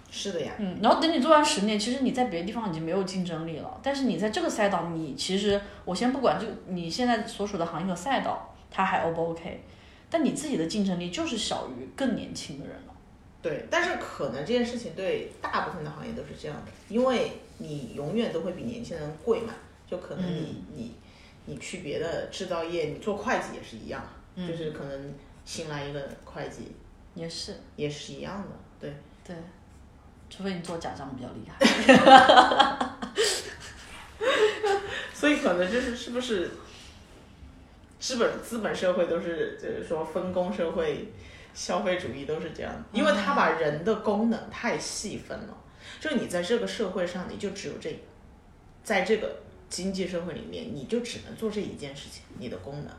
[SPEAKER 2] 是的呀，
[SPEAKER 3] 嗯，然后等你做完十年，其实你在别的地方已经没有竞争力了。但是你在这个赛道，你其实我先不管这个你现在所属的行业和赛道，它还 O 不 OK，但你自己的竞争力就是小于更年轻的人了。
[SPEAKER 2] 对，但是可能这件事情对大部分的行业都是这样的，因为你永远都会比年轻人贵嘛，就可能你、你你去别的制造业，你做会计也是一样，就是可能新来一个会计
[SPEAKER 3] 也是，
[SPEAKER 2] 也是一样的，对，
[SPEAKER 3] 对，除非你做假账比较厉害。
[SPEAKER 2] 所以可能就是是不是资本资本社会都是就是说分工社会、消费主义都是这样的，因为它把人的功能太细分了，就是你在这个社会上你就只有这，在这个经济社会里面你就只能做这一件事情，你的功能。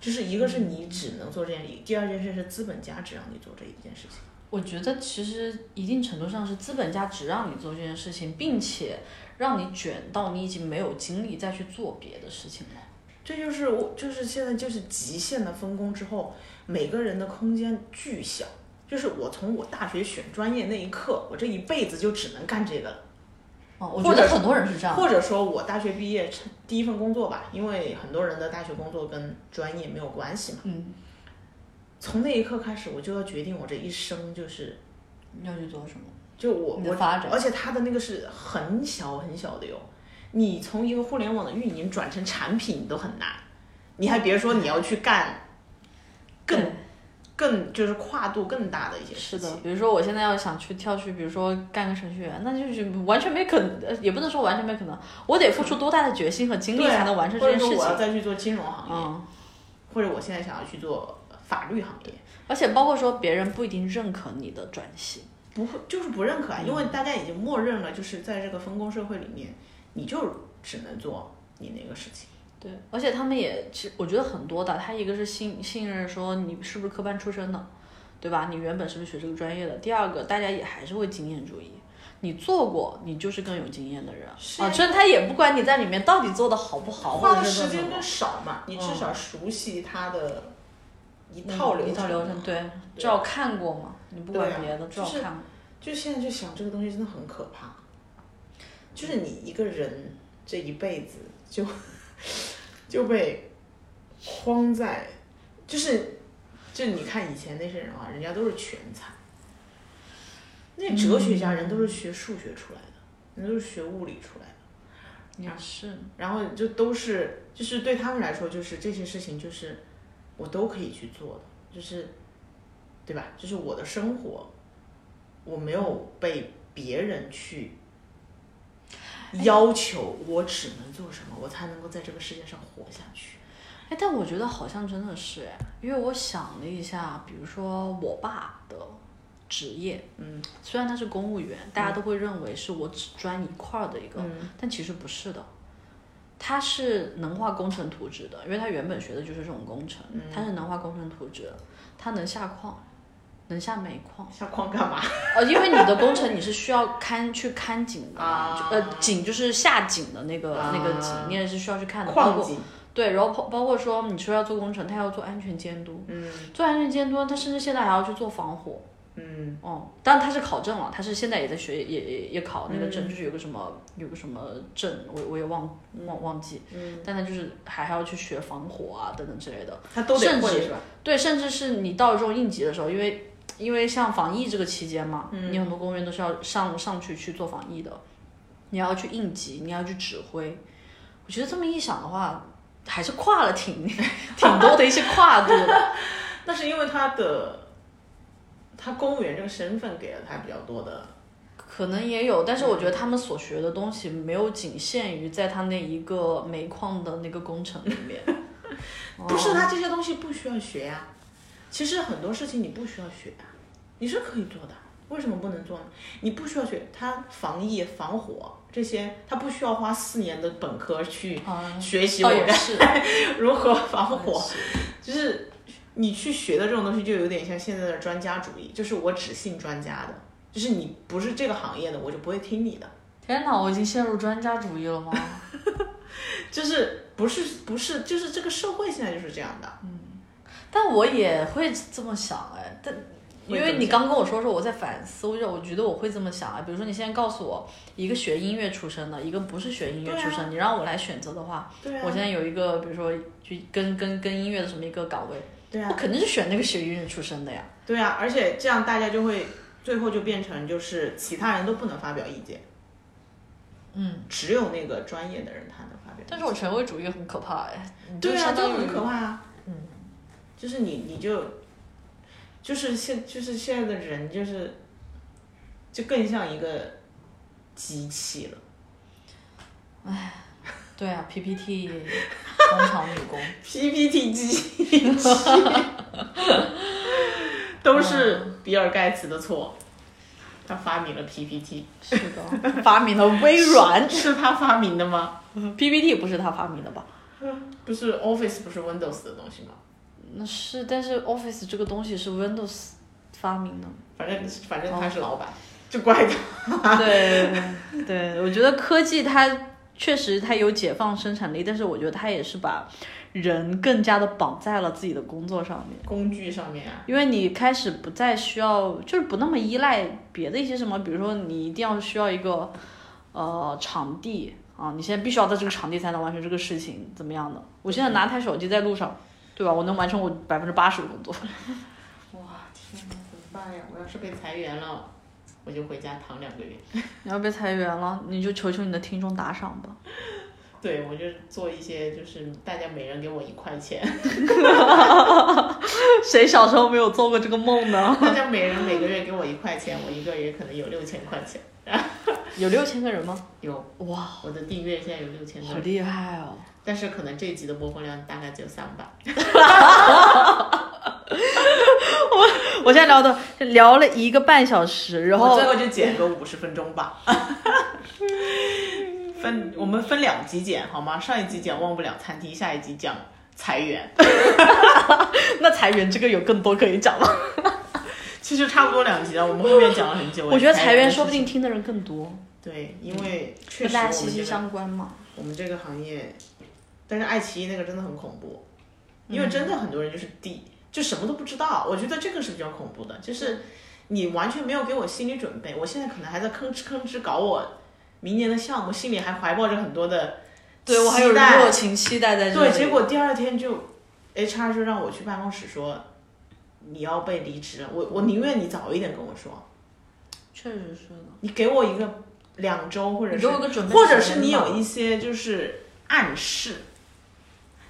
[SPEAKER 2] 就是一个是你只能做这件，第二件事是资本家只让你做这一件事情。
[SPEAKER 3] 我觉得其实一定程度上是资本家只让你做这件事情，并且让你卷到你已经没有精力再去做别的事情了。
[SPEAKER 2] 这就是我，就是现在就是极限的分工之后，每个人的空间巨小。就是我从我大学选专业那一刻，我这一辈子就只能干这个了。
[SPEAKER 3] 哦，我
[SPEAKER 2] 或
[SPEAKER 3] 觉
[SPEAKER 2] 者
[SPEAKER 3] 得
[SPEAKER 2] 是
[SPEAKER 3] 很多人是这样的。
[SPEAKER 2] 或者说我大学毕业第一份工作吧，因为很多人的大学工作跟专业没有关系嘛。
[SPEAKER 3] 嗯，
[SPEAKER 2] 从那一刻开始，我就要决定我这一生就是
[SPEAKER 3] 要去做什么？
[SPEAKER 2] 就我
[SPEAKER 3] 你的
[SPEAKER 2] 我
[SPEAKER 3] 发展
[SPEAKER 2] 而且它的那个是很小很小的哟。你从一个互联网的运营转成产品都很难，你还别说你要去干更
[SPEAKER 3] 对
[SPEAKER 2] 更就是跨度更大的一些
[SPEAKER 3] 是
[SPEAKER 2] 事情。
[SPEAKER 3] 的，比如说我现在要想去跳去，比如说干个程序员，那就是完全没可能，呃也不能说完全没可能，我得付出多大的决心和精力
[SPEAKER 2] 对啊
[SPEAKER 3] 才能完成这
[SPEAKER 2] 或者
[SPEAKER 3] 件
[SPEAKER 2] 说
[SPEAKER 3] 事
[SPEAKER 2] 我要
[SPEAKER 3] 情。
[SPEAKER 2] 再去做金融行业，
[SPEAKER 3] 嗯，
[SPEAKER 2] 或者我现在想要去做法律行业，
[SPEAKER 3] 而且包括说别人不一定认可你的转型。
[SPEAKER 2] 不会就是不认可啊，
[SPEAKER 3] 嗯
[SPEAKER 2] 因为大家已经默认了，就是在这个分工社会里面，你就只能做你那个事情。
[SPEAKER 3] 对，而且他们也，其实我觉得很多的，他一个是信信任说你是不是科班出身的，对吧？你原本是不是学这个专业的？第二个，大家也还是会经验主义。你做过，你就是更有经验的人
[SPEAKER 2] 是
[SPEAKER 3] 啊！所以他也不管你在里面到底做的好不好，或
[SPEAKER 2] 花
[SPEAKER 3] 者
[SPEAKER 2] 的
[SPEAKER 3] 是做得
[SPEAKER 2] 时间
[SPEAKER 3] 怎么
[SPEAKER 2] 更少嘛，你至少熟悉它的一套
[SPEAKER 3] 嗯
[SPEAKER 2] 流
[SPEAKER 3] 一套
[SPEAKER 2] 程。
[SPEAKER 3] 流程，对，至少看过嘛，你不管别的，
[SPEAKER 2] 对啊
[SPEAKER 3] 至少
[SPEAKER 2] 就是
[SPEAKER 3] 看过。
[SPEAKER 2] 就现在就想这个东西真的很可怕，就是你一个人这一辈子就就被框在，就是就你看以前那些人啊，人家都是全才，那哲学家人都是学数学出来的，人都是学物理出来的，
[SPEAKER 3] 也
[SPEAKER 2] 啊
[SPEAKER 3] 是，
[SPEAKER 2] 然后就都是就是对他们来说，就是这些事情就是我都可以去做的，就是对吧？就是我的生活，我没有被别人去哎要求，我只能做什么，我才能够在这个世界上活下去。
[SPEAKER 3] 哎，但我觉得好像真的是哎，因为我想了一下，比如说我爸的职业，
[SPEAKER 2] 嗯，
[SPEAKER 3] 虽然他是公务员，大家都会认为是我只专一块儿的一个，
[SPEAKER 2] 嗯
[SPEAKER 3] 但其实不是的。他是能画工程图纸的，因为他原本学的就是这种工程，
[SPEAKER 2] 嗯
[SPEAKER 3] 他是能画工程图纸的，他能下矿，能下煤
[SPEAKER 2] <laughs>
[SPEAKER 3] 矿，
[SPEAKER 2] 下矿干嘛？
[SPEAKER 3] 呃，因为你的工程你是需要看去看景的嘛，
[SPEAKER 2] <laughs> 啊
[SPEAKER 3] 就呃景就是下井的那个、那个景
[SPEAKER 2] 啊，
[SPEAKER 3] 你也是需要去看的，包
[SPEAKER 2] 矿
[SPEAKER 3] 括
[SPEAKER 2] 井，
[SPEAKER 3] 对，然后包包括说你说要做工程，他要做安全监督，
[SPEAKER 2] 嗯
[SPEAKER 3] 做安全监督，他甚至现在还要去做防火，
[SPEAKER 2] 嗯
[SPEAKER 3] 哦、当然他是考证了，他是现在也在学，也也也考
[SPEAKER 2] 嗯
[SPEAKER 3] 那个证，就是有个什么有个什么证，我我也忘忘忘记，
[SPEAKER 2] 嗯，
[SPEAKER 3] 但他就是还还要去学防火啊等等之类的，
[SPEAKER 2] 他都得
[SPEAKER 3] 甚
[SPEAKER 2] 会
[SPEAKER 3] 至
[SPEAKER 2] 是吧？
[SPEAKER 3] 对，甚至是你到这种应急的时候，因为因为像防疫这个期间嘛，你很多公务员都是要上上去去做防疫的，你要去应急，你要去指挥。我觉得这么一想的话，还是跨了挺 <laughs> 挺多的一些跨度的。
[SPEAKER 2] 那是因为他的他公务员这个身份给了他比较多的
[SPEAKER 3] 可能也有，但是我觉得他们所学的东西没有仅限于在他那一个煤矿的那个工程里 <laughs> 面。
[SPEAKER 2] 不是，
[SPEAKER 3] 哦
[SPEAKER 2] 他这些东西不需要学呀、其实很多事情你不需要学呀、啊你是可以做的，为什么不能做呢？你不需要去，它防疫、防火这些，它不需要花四年的本科去
[SPEAKER 3] 啊，
[SPEAKER 2] 学习我
[SPEAKER 3] 倒也
[SPEAKER 2] 们
[SPEAKER 3] 是，
[SPEAKER 2] 如何防火。
[SPEAKER 3] 是
[SPEAKER 2] 就是你去学的这种东西，就有点像现在的专家主义，就是我只信专家的，就是你不是这个行业的，我就不会听你的，
[SPEAKER 3] <laughs> 天哪，我已经陷入专家主义了吗？
[SPEAKER 2] 就是不是不是，就是这个社会现在就是这样的，
[SPEAKER 3] 啊但我也会这么想哎，但因为你刚跟我说的时候，我在反思，我就我觉得我会这么想啊。比如说你现在告诉我一个学音乐出身的，一个不是学音乐出身，你让我来选择的话，
[SPEAKER 2] 啊对啊，
[SPEAKER 3] 我现在有一个比如说就跟跟跟音乐的什么一个岗位，
[SPEAKER 2] 对啊
[SPEAKER 3] 我，肯定是选那个学音乐出身的呀。
[SPEAKER 2] 对啊，而且这样大家就会最后就变成就是其他人都不能发表意见，
[SPEAKER 3] 嗯，
[SPEAKER 2] 只有那个专业的人他能发表意见，
[SPEAKER 3] 但是我权威主义很可怕哎，你
[SPEAKER 2] 啊对啊，
[SPEAKER 3] 相
[SPEAKER 2] 就
[SPEAKER 3] 当于
[SPEAKER 2] 很可怕啊。
[SPEAKER 3] 嗯，
[SPEAKER 2] 就是你你就，就是现就是现在的人就是，就更像一个机器了。
[SPEAKER 3] 对啊，PPT <laughs> 工厂女工，
[SPEAKER 2] PPT 机器 <laughs> 都是比尔盖茨的错，他发明了 PPT，
[SPEAKER 3] 是的， <laughs> 发明了微软
[SPEAKER 2] 是他发明的吗？
[SPEAKER 3] ，PPT 不是他发明的吧？
[SPEAKER 2] 不是 Office 不是 Windows 的东西吗？
[SPEAKER 3] 那是，但是 Office 这个东西是 Windows 发明的。
[SPEAKER 2] 反正反正他是老板，就怪他。
[SPEAKER 3] 啊对对，我觉得科技它确实它有解放生产力，但是我觉得它也是把人更加的绑在了自己的工作上面。
[SPEAKER 2] 工具上面啊，
[SPEAKER 3] 因为你开始不再需要，就是不那么依赖别的一些什么，比如说你一定要需要一个呃场地啊，你现在必须要在这个场地才能完成这个事情，怎么样的？我现在拿台手机在路上，对吧？我能完成我百分之八十的工作。
[SPEAKER 2] 哇天哪，怎么办呀？我要是被裁员了，我就回家躺两个月。
[SPEAKER 3] 你要被裁员了，你就求求你的听众打赏吧。
[SPEAKER 2] 对，我就做一些，就是大家每人给我一块 <laughs> 钱，
[SPEAKER 3] <laughs> 谁小时候没有做过这个梦呢？
[SPEAKER 2] 大家每人每个月给我一块钱，我一个月可能有六千块钱。
[SPEAKER 3] 有六千个人吗？
[SPEAKER 2] 有，
[SPEAKER 3] 哇，
[SPEAKER 2] 我的订阅现在有六千
[SPEAKER 3] 好
[SPEAKER 2] 多，
[SPEAKER 3] 厉害哦！
[SPEAKER 2] 但是可能这一集的播放量大概只有三百。
[SPEAKER 3] 我现在聊的聊了一个半小时，然
[SPEAKER 2] 我
[SPEAKER 3] 后
[SPEAKER 2] 最后就剪个五十分钟吧。 <laughs> 分我们分两集剪好吗？上一集讲忘不了餐厅，下一集讲裁员，
[SPEAKER 3] 那裁员这个有更多可以讲吗？
[SPEAKER 2] 其实差不多两集了。我们后面讲了很久。
[SPEAKER 3] 我觉得裁员
[SPEAKER 2] 的
[SPEAKER 3] 说不
[SPEAKER 2] 事情
[SPEAKER 3] 定听的人更多，
[SPEAKER 2] 对，因为确
[SPEAKER 3] 跟
[SPEAKER 2] 实我
[SPEAKER 3] 大家
[SPEAKER 2] 们
[SPEAKER 3] 息息
[SPEAKER 2] 这个
[SPEAKER 3] 相关嘛。
[SPEAKER 2] 我们这个行业，但是爱奇艺那个真的很恐怖，
[SPEAKER 3] 嗯
[SPEAKER 2] 因为真的很多人就是第就什么都不知道，我觉得这个是比较恐怖的，就是你完全没有给我心理准备，我现在可能还在吭哧吭哧搞我明年的项目，心里还怀抱着很多的
[SPEAKER 3] 对我还有
[SPEAKER 2] 期待
[SPEAKER 3] 热情期待在这里。
[SPEAKER 2] 对，结果第二天就 HR 就让我去办公室说你要被离职了，我我宁愿你早一点跟我说，
[SPEAKER 3] 确实是的，
[SPEAKER 2] 你给我一个两周或者
[SPEAKER 3] 你
[SPEAKER 2] 是
[SPEAKER 3] 给我个准备时间吧，
[SPEAKER 2] 或者是你有一些就是暗示，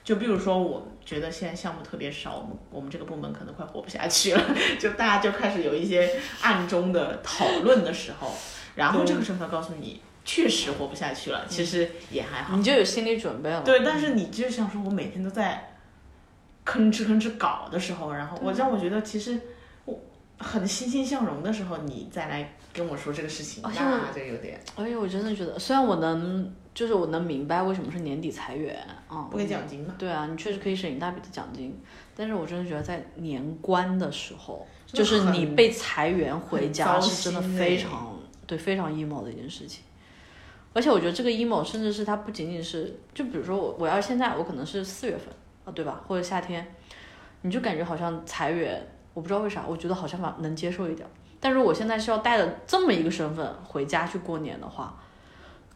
[SPEAKER 2] 就比如说，我觉得现在项目特别少，我们我们这个部门可能快活不下去了， <laughs> 就大家就开始有一些暗中的讨论的时候，然后这个时候他告诉你，确实活不下去了，其实也还好。
[SPEAKER 3] 你就有心理准备了。
[SPEAKER 2] 对，但是你就想说，我每天都在吭哧吭哧搞的时候，然后
[SPEAKER 3] 嗯
[SPEAKER 2] 我让我觉得其实我很欣欣向荣的时候，你再来跟我说这个事情，
[SPEAKER 3] 而且我
[SPEAKER 2] 那就有点。
[SPEAKER 3] 而哎且我真的觉得，虽然我能，就是我能明白为什么是年底裁员啊，
[SPEAKER 2] 不给奖金嘛，
[SPEAKER 3] 对啊，你确实可以省一大笔的奖金，但是我真的觉得在年关的时候，就
[SPEAKER 2] 真的
[SPEAKER 3] 是
[SPEAKER 2] 很
[SPEAKER 3] 你被裁员回
[SPEAKER 2] 很
[SPEAKER 3] 家
[SPEAKER 2] 糟
[SPEAKER 3] 是真的
[SPEAKER 2] 心
[SPEAKER 3] 非
[SPEAKER 2] 哎
[SPEAKER 3] 常对非常 emo 的一件事情。而且我觉得这个 emo 甚至是它不仅仅是，就比如说我我要是现在我可能是四月份啊，对吧？或者夏天，你就感觉好像裁员，我不知道为啥，我觉得好像吧能接受一点儿。但如果现在是要带着这么一个身份回家去过年的话，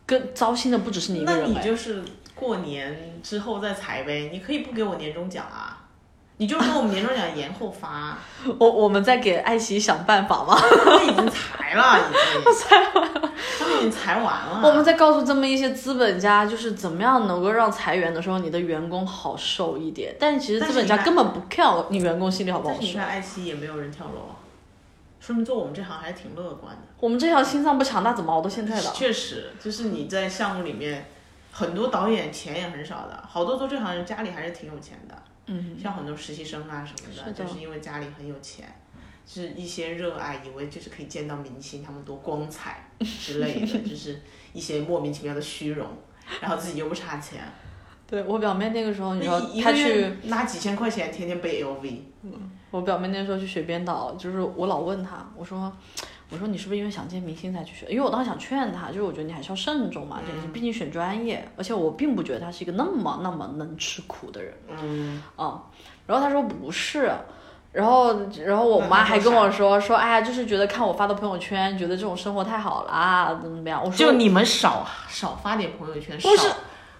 [SPEAKER 3] 更糟心的不只是你一个
[SPEAKER 2] 那
[SPEAKER 3] 人、
[SPEAKER 2] 你
[SPEAKER 3] 哎。
[SPEAKER 2] 就是过年之后再裁呗，你可以不给我年终奖啊，你就说我们年终奖延
[SPEAKER 3] <laughs>
[SPEAKER 2] 后发，
[SPEAKER 3] 我我们在给爱奇艺想办法吗？
[SPEAKER 2] 他们已经裁了，已经裁完了，他们已经裁完
[SPEAKER 3] 我
[SPEAKER 2] 了。
[SPEAKER 3] 们在告诉这么一些资本家，就是怎么样能够让裁员的时候你的员工好受一点。但其实资本家
[SPEAKER 2] 但是
[SPEAKER 3] 根
[SPEAKER 2] 你看
[SPEAKER 3] 本不 care 你员工心里好不好
[SPEAKER 2] 但是你
[SPEAKER 3] 受。
[SPEAKER 2] 看爱奇艺也没有人跳楼啊，说明做我们这行还是挺乐观的。
[SPEAKER 3] 我们这条心脏不强大，怎么熬到现在的？
[SPEAKER 2] 确实，就是你在项目里面，很多导演钱也很少的，好多做这行人家里还是挺有钱的，
[SPEAKER 3] 嗯，
[SPEAKER 2] 像很多实习生啊什么的，
[SPEAKER 3] 是的
[SPEAKER 2] 就是因为家里很有钱，就是一些热爱，以为就是可以见到明星，他们多光彩之类
[SPEAKER 3] <laughs>
[SPEAKER 2] 的，就是一些莫名其妙的虚荣，然后自己又不差钱，
[SPEAKER 3] 对我表妹那个时哦候，你知道
[SPEAKER 2] 那一一
[SPEAKER 3] 她
[SPEAKER 2] 个
[SPEAKER 3] 去
[SPEAKER 2] 月拿几千块钱，天天背 LV，
[SPEAKER 3] 我表妹那时候去学编导，就是我老问她，我说，我说你是不是因为想见明星才去学？因为我当时想劝她，就是我觉得你还是要慎重嘛，这个事，毕竟选专业，而且我并不觉得她是一个那么那么能吃苦的人
[SPEAKER 2] 嗯，
[SPEAKER 3] 啊、然后她说不是。然后，然后我妈还跟我说说，哎呀，就是觉得看我发的朋友圈，觉得这种生活太好啦，怎么怎么样？我说
[SPEAKER 4] 就你们少
[SPEAKER 2] 少发点朋友圈，
[SPEAKER 3] 不是
[SPEAKER 2] 少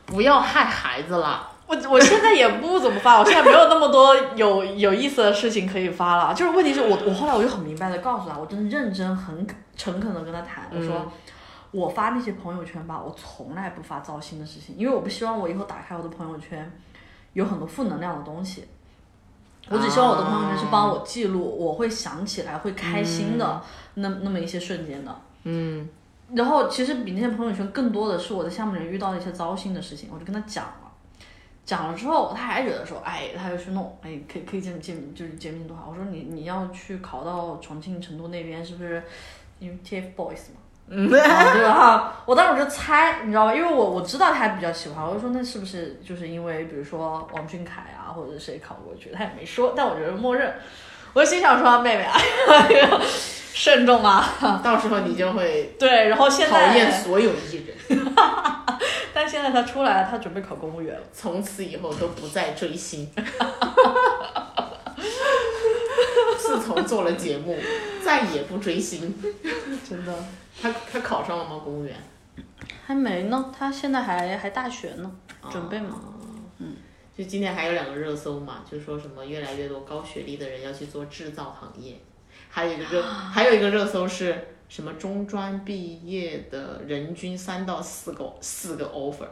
[SPEAKER 4] 不要害孩子了。
[SPEAKER 3] 我我现在也不怎么发，我现在没有那么多有有意思的事情可以发了。就是问题是我我后来我就很明白的告诉他，我真的认真很诚恳的跟他谈，我说、我发那些朋友圈吧，我从来不发糟心的事情，因为我不希望我以后打开我的朋友圈有很多负能量的东西。我只希望我的朋友圈是帮我记录，我会想起来会开心的、那那么一些瞬间的。然后其实比那些朋友圈更多的是我在下面人遇到的一些糟心的事情，我就跟他讲了，讲了之后他还觉得说，哎，他就去弄，哎，可以可以见见就是见面多好。我说你你要去考到重庆、成都那边是不是？因为 TFBOYS 嘛，嗯，对吧？我当时我就猜，你知道吧？因为我我知道他比较喜欢，我就说那是不是就是因为比如说王俊凯啊，或者是谁考过去？他也没说，但我觉得默认。我心想说，妹妹啊， <laughs> 慎重啊，
[SPEAKER 2] 到时候你就会
[SPEAKER 3] 对。然后现
[SPEAKER 2] 讨
[SPEAKER 3] 在
[SPEAKER 2] 厌所有艺人，
[SPEAKER 3] 但现在他出来了，他准备考公务员了。
[SPEAKER 2] 从此以后都不再追星。 <laughs> 自从做了节目，再也不追星。
[SPEAKER 3] 真的？
[SPEAKER 2] 他他考上了吗？公务员？
[SPEAKER 3] 还没呢，他现在还还大学呢，准备嘛。
[SPEAKER 2] 啊嗯就今天还有两个热搜嘛，就说什么越来越多高学历的人要去做制造行业，还有一个
[SPEAKER 3] <gasps>
[SPEAKER 2] 热，还有一个热搜是什么中专毕业的人均三到四个四个 offer，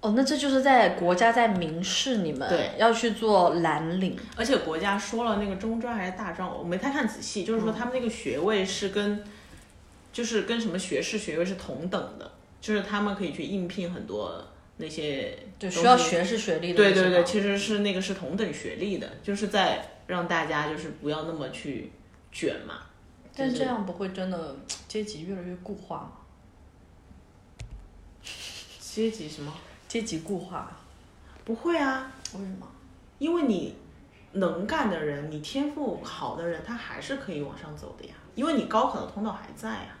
[SPEAKER 3] 哦，那这就是在国家在明示你们
[SPEAKER 2] 对
[SPEAKER 3] 要去做蓝领，
[SPEAKER 2] 而且国家说了那个中专还是大专，我没太看仔细，就是说他们那个学位是跟，就是跟什么学士学位是同等的，就是他们可以去应聘很多那些
[SPEAKER 3] 对，
[SPEAKER 2] 东
[SPEAKER 3] 需要
[SPEAKER 2] 西
[SPEAKER 3] 学士学历的。
[SPEAKER 2] 对对对，，其实是那个是同等学历的，就是在让大家就是不要那么去卷嘛。
[SPEAKER 3] 但
[SPEAKER 2] 就是
[SPEAKER 3] 这样不会真的阶级越来越固化吗？
[SPEAKER 2] 阶级什么？
[SPEAKER 3] 阶级固化，
[SPEAKER 2] 不会啊，
[SPEAKER 3] 为什么？
[SPEAKER 2] 因为你能干的人，你天赋好的人，他还是可以往上走的呀，因为你高考的通道还在呀。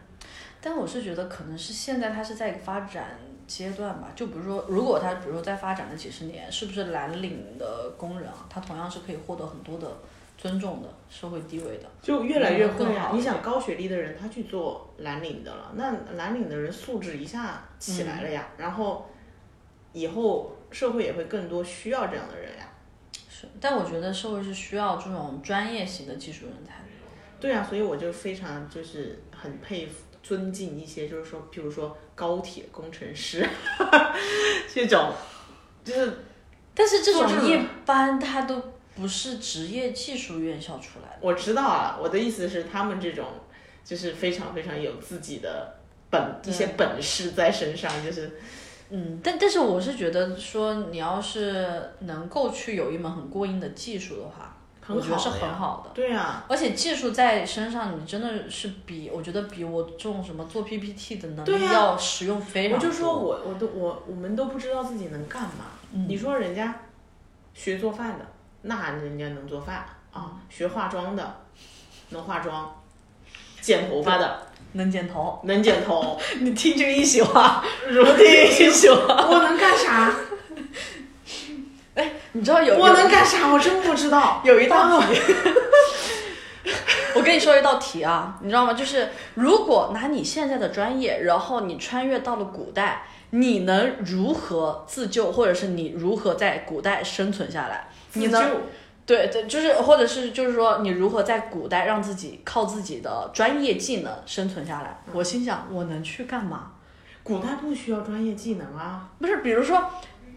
[SPEAKER 3] 但我是觉得可能是现在它是在一个发展阶段吧，就比如说，如果它比如说在发展的几十年，是不是蓝领的工人啊，他同样是可以获得很多的尊重的社会地位的。
[SPEAKER 2] 就越来越会
[SPEAKER 3] 嗯更
[SPEAKER 2] 啊
[SPEAKER 3] 好！
[SPEAKER 2] 你想高学历的人，他去做蓝领的了，那蓝领的人素质一下起来了
[SPEAKER 3] 嗯
[SPEAKER 2] 呀，然后以后社会也会更多需要这样的人呀。
[SPEAKER 3] 是，但我觉得社会是需要这种专业型的技术人才的。
[SPEAKER 2] 对啊，所以我就非常就是很佩服、尊敬一些，就是说，譬如说高铁工程师 <laughs> 这种，就是
[SPEAKER 3] 但是这
[SPEAKER 2] 做这
[SPEAKER 3] 种
[SPEAKER 2] 种
[SPEAKER 3] 一般他都不是职业技术院校出来的。
[SPEAKER 2] 我知道啊，我的意思是他们这种就是非常非常有自己的本一
[SPEAKER 3] 对
[SPEAKER 2] 些本事在身上，就是
[SPEAKER 3] 嗯，但但是我是觉得说，你要是能够去有一门很过硬的技术的话，
[SPEAKER 2] 很
[SPEAKER 3] 我觉得是
[SPEAKER 2] 好的
[SPEAKER 3] 很
[SPEAKER 2] 呀
[SPEAKER 3] 好的。
[SPEAKER 2] 对啊，
[SPEAKER 3] 而且技术在身上，你真的是比我觉得比我这种什么做 PPT 的能
[SPEAKER 2] 对
[SPEAKER 3] 力
[SPEAKER 2] 呀
[SPEAKER 3] 要实用非
[SPEAKER 2] 我
[SPEAKER 3] 常多。
[SPEAKER 2] 就说我我都我我们都不知道自己能干嘛。
[SPEAKER 3] 嗯
[SPEAKER 2] 你说人家学做饭的，那人家能做饭啊；学化妆的能化妆，剪头发的
[SPEAKER 3] 能剪头，
[SPEAKER 2] 能剪 <laughs> 头，
[SPEAKER 3] 你听这个一席话，<laughs>
[SPEAKER 2] 如
[SPEAKER 3] 我听这个一席话。
[SPEAKER 2] 我能干啥？
[SPEAKER 3] 你知道有
[SPEAKER 2] 我能干啥？我真不知 <laughs> 道。啊
[SPEAKER 3] 有一道题， <laughs> 我跟你说一道题啊，你知道吗？就是如果拿你现在的专业，然后你穿越到了古代，你能如何自救，或者是你如何在古代生存下来？你
[SPEAKER 2] 自
[SPEAKER 3] 能
[SPEAKER 2] 救
[SPEAKER 3] 对对，就是或者是就是说，你如何在古代让自己靠自己的专业技能生存下来？我心想，我能去干嘛？
[SPEAKER 2] 古代不需要专业技能啊，
[SPEAKER 3] 不是，比如说，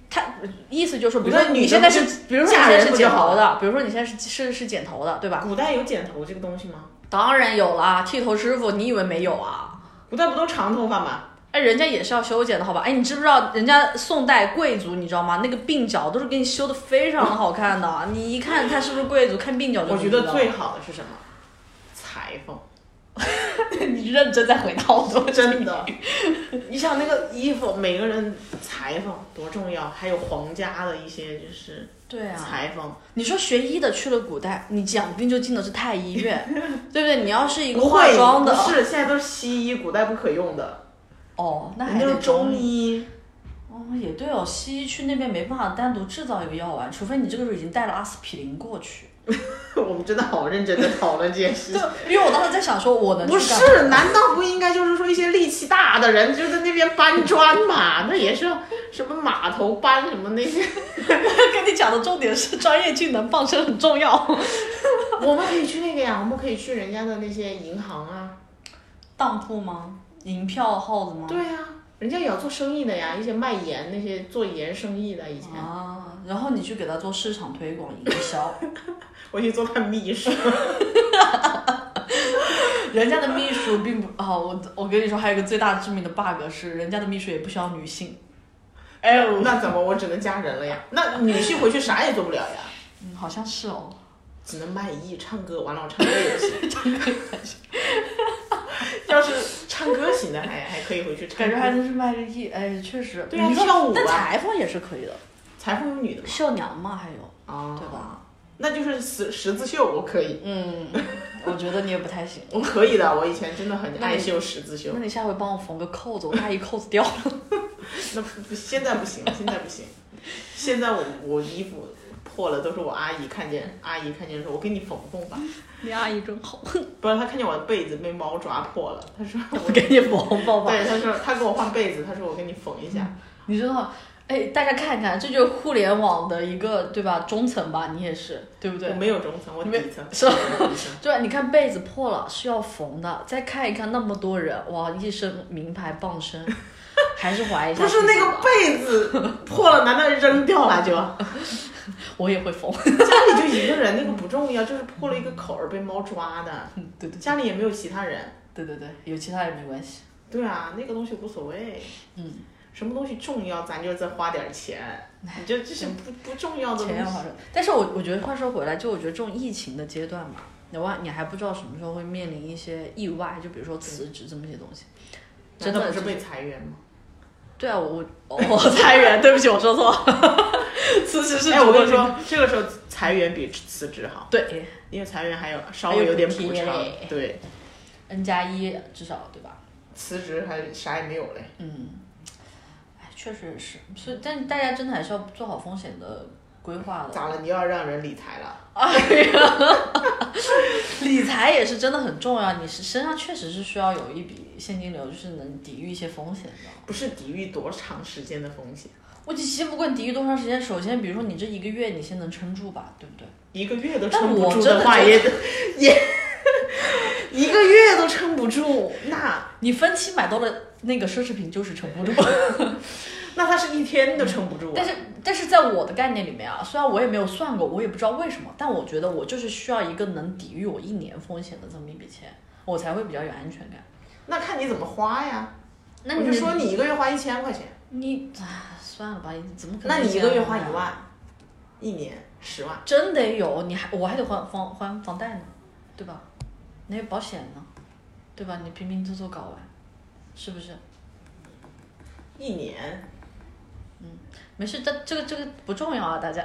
[SPEAKER 3] 他意思就是，比如
[SPEAKER 2] 古代
[SPEAKER 3] 说
[SPEAKER 2] 女
[SPEAKER 3] 你
[SPEAKER 2] 的
[SPEAKER 3] 现在
[SPEAKER 2] 不
[SPEAKER 3] 是，比如说你
[SPEAKER 2] 嫁
[SPEAKER 3] 现在
[SPEAKER 2] 人
[SPEAKER 3] 是
[SPEAKER 2] 不
[SPEAKER 3] 剪
[SPEAKER 2] 就好
[SPEAKER 3] 头的，比如说你现在是是是剪头的，对吧？
[SPEAKER 2] 古代有剪头这个东西吗？
[SPEAKER 3] 当然有啦，剃头师傅，你以为没有啊？
[SPEAKER 2] 古代不都长头发吗？
[SPEAKER 3] 哎，人家也是要修剪的，好吧？哎，你知不知道人家宋代贵族，你知道吗？那个鬓角都是给你修的非常的好看的，你一看他是不是贵族，看鬓角就
[SPEAKER 2] 我觉
[SPEAKER 3] 知
[SPEAKER 2] 得
[SPEAKER 3] 道
[SPEAKER 2] 最好的是什么？裁缝，
[SPEAKER 3] <laughs> 你认真在回答我多
[SPEAKER 2] 真的。你想那个衣服，每个人裁缝多重要，还有皇家的一些就是
[SPEAKER 3] 对啊，
[SPEAKER 2] 裁缝，
[SPEAKER 3] 你说学医的去了古代，你讲不定就进的是太医
[SPEAKER 2] <laughs>
[SPEAKER 3] 院，对不对？你要是一个
[SPEAKER 2] 不
[SPEAKER 3] 化
[SPEAKER 2] 会
[SPEAKER 3] 妆的，
[SPEAKER 2] 不是现在都是西医，古代不可用的，
[SPEAKER 3] 哦，那还
[SPEAKER 2] 那
[SPEAKER 3] 得
[SPEAKER 2] 是中
[SPEAKER 3] 医。
[SPEAKER 2] 医。
[SPEAKER 3] 哦，也对哦，西医去那边没办法单独制造一个药丸，除非你这个时候已经带了阿司匹林过去。
[SPEAKER 2] <laughs> 我们真的好认真的讨论这件
[SPEAKER 3] <laughs>
[SPEAKER 2] 事
[SPEAKER 3] 对
[SPEAKER 2] 情。，
[SPEAKER 3] 因为我当时在想说，我能去
[SPEAKER 2] 不
[SPEAKER 3] 干嘛
[SPEAKER 2] 是，难道不应该就是说一些力气大的人就在那边搬砖嘛？ <laughs> 那也是什么码头搬什么那些，
[SPEAKER 3] <laughs> 跟你讲的重点是专业技能傍身很重要。
[SPEAKER 2] 我们可以去那个呀，我们可以去人家的那些银行啊，
[SPEAKER 3] 当铺吗？银票号子吗？
[SPEAKER 2] 对呀、人家也要做生意的呀，一些卖盐那些做盐生意的以前，
[SPEAKER 3] 啊，然后你去给他做市场推广营销， <laughs>
[SPEAKER 2] 我去做他秘书，
[SPEAKER 3] 人家的秘书并不啊，我我跟你说，还有一个最大致命的 bug 是，人家的秘书也不需要女性。
[SPEAKER 2] <laughs> 哎呦，那怎么我只能嫁人了呀？那女婿回去啥也做不了呀，
[SPEAKER 3] 嗯，好像是哦。
[SPEAKER 2] 只能卖艺、唱歌。完了，我唱歌也不行， <laughs> 要是唱歌行的还还可以回去唱
[SPEAKER 3] 感
[SPEAKER 2] 歌，
[SPEAKER 3] 觉还真是卖个艺，哎，确实。
[SPEAKER 2] 对啊
[SPEAKER 3] 你说
[SPEAKER 2] 跳舞啊
[SPEAKER 3] 但裁缝也是可以的，
[SPEAKER 2] 裁缝有女的嘛，
[SPEAKER 3] 绣娘嘛，还有，
[SPEAKER 2] 啊
[SPEAKER 3] 对吧？
[SPEAKER 2] 那就是十十字绣，我可以，
[SPEAKER 3] 嗯， <laughs> 我觉得你也不太 <laughs> 行。
[SPEAKER 2] 我可以的。我以前真的很
[SPEAKER 3] 那你
[SPEAKER 2] 爱绣十字绣
[SPEAKER 3] 那，你下回帮我缝个扣子，我大衣扣子掉了。
[SPEAKER 2] 那不不现在不行，现在不行。现在我我衣服破了，都是我阿姨看见，阿姨看见说：“我给你缝缝吧。
[SPEAKER 3] 你阿姨真好，”
[SPEAKER 2] 不是，她看见我的被子被猫抓破了，她说：“
[SPEAKER 3] <laughs> <laughs> 我给你缝缝吧。
[SPEAKER 2] 对，她说她给我换被子，她说我给你缝一下。
[SPEAKER 3] 你知道，哎，大家看看，这就是互联网的一个对吧？中层吧，你也是，对不对
[SPEAKER 2] 我？没有中层，我
[SPEAKER 3] 你没
[SPEAKER 2] 底层
[SPEAKER 3] <laughs>
[SPEAKER 2] <laughs>
[SPEAKER 3] 是吧
[SPEAKER 2] 我底层
[SPEAKER 3] 对，你看被子破了是要缝的，再看一看那么多人，哇，一身名牌傍
[SPEAKER 2] <laughs>
[SPEAKER 3] 身，还是怀疑一下。
[SPEAKER 2] 不是那个，被子破了，难道扔掉
[SPEAKER 3] <laughs>
[SPEAKER 2] 了就？
[SPEAKER 3] 我也会缝。 <laughs>
[SPEAKER 2] 家里就一个人，那个不重要，就是破了一个口儿被猫抓的，
[SPEAKER 3] 嗯对对
[SPEAKER 2] 家里也没有其他人。
[SPEAKER 3] 对对对，有其他也没关系。
[SPEAKER 2] 对啊，那个东西无所谓。
[SPEAKER 3] 嗯，
[SPEAKER 2] 什么东西重要，咱就再花点钱。你就这些不不重要的
[SPEAKER 3] 嗯
[SPEAKER 2] 东
[SPEAKER 3] 钱要花
[SPEAKER 2] 西，
[SPEAKER 3] 着，但是我我觉得话说回来，就我觉得这种疫情的阶段嘛，你万你还不知道什么时候会面临一些意外，就比如说辞职这么些东西。真
[SPEAKER 2] 真
[SPEAKER 3] 的
[SPEAKER 2] 的不是
[SPEAKER 3] 就
[SPEAKER 2] 被裁员吗？
[SPEAKER 3] 对啊，我我我裁员，对不起，我说错了。 <laughs> 辞职是
[SPEAKER 2] 哎，我
[SPEAKER 3] 主动
[SPEAKER 2] 跟你
[SPEAKER 3] 去
[SPEAKER 2] 说，这个时候裁员比辞职好，
[SPEAKER 3] 对
[SPEAKER 2] 因为裁员还有稍
[SPEAKER 3] 还有
[SPEAKER 2] 微有点
[SPEAKER 3] 补
[SPEAKER 2] 补
[SPEAKER 3] 贴
[SPEAKER 2] 偿
[SPEAKER 3] 嘞，
[SPEAKER 2] 对，
[SPEAKER 3] N 加一至少对吧？
[SPEAKER 2] 辞职还啥也没有嘞。
[SPEAKER 3] 嗯，哎，确实也是，所以但大家真的还是要做好风险的规划的。
[SPEAKER 2] 咋了？你又要让人理财了？
[SPEAKER 3] 理财也是真的很重要，你是身上确实是需要有一笔现金流，就是能抵御一些风险的。
[SPEAKER 2] 不是抵御多长时间的风险，
[SPEAKER 3] 我其实不管抵御多长时间，首先比如说你这一个月你先能撑住吧，对不对？
[SPEAKER 2] 一个月都
[SPEAKER 3] 但
[SPEAKER 2] 撑
[SPEAKER 3] 我
[SPEAKER 2] 不住
[SPEAKER 3] 真的
[SPEAKER 2] 话
[SPEAKER 3] 就
[SPEAKER 2] <laughs> 也得也一个月都撑不住，那
[SPEAKER 3] 你分期买到了那个奢侈品就是撑不住。
[SPEAKER 2] 那他是一天都撑不住啊。
[SPEAKER 3] 但是但是在我的概念里面啊，虽然我也没有算过，我也不知道为什么，但我觉得我就是需要一个能抵御我一年风险的这么一笔钱，我才会比较有安全感。
[SPEAKER 2] 那看你怎么花呀。
[SPEAKER 3] 那
[SPEAKER 2] 我
[SPEAKER 3] 你
[SPEAKER 2] 就说你一个月花一千块钱，
[SPEAKER 3] 你啊，算了吧，你怎么可能？啊
[SPEAKER 2] 那你一个月花一，万，一年十万，
[SPEAKER 3] 真得有，你还我还得还房还房贷呢，对吧？你还有保险呢，对吧？你拼拼凑凑搞完，是不是？
[SPEAKER 2] 一年
[SPEAKER 3] 没事，这这个这个不重要啊，大家。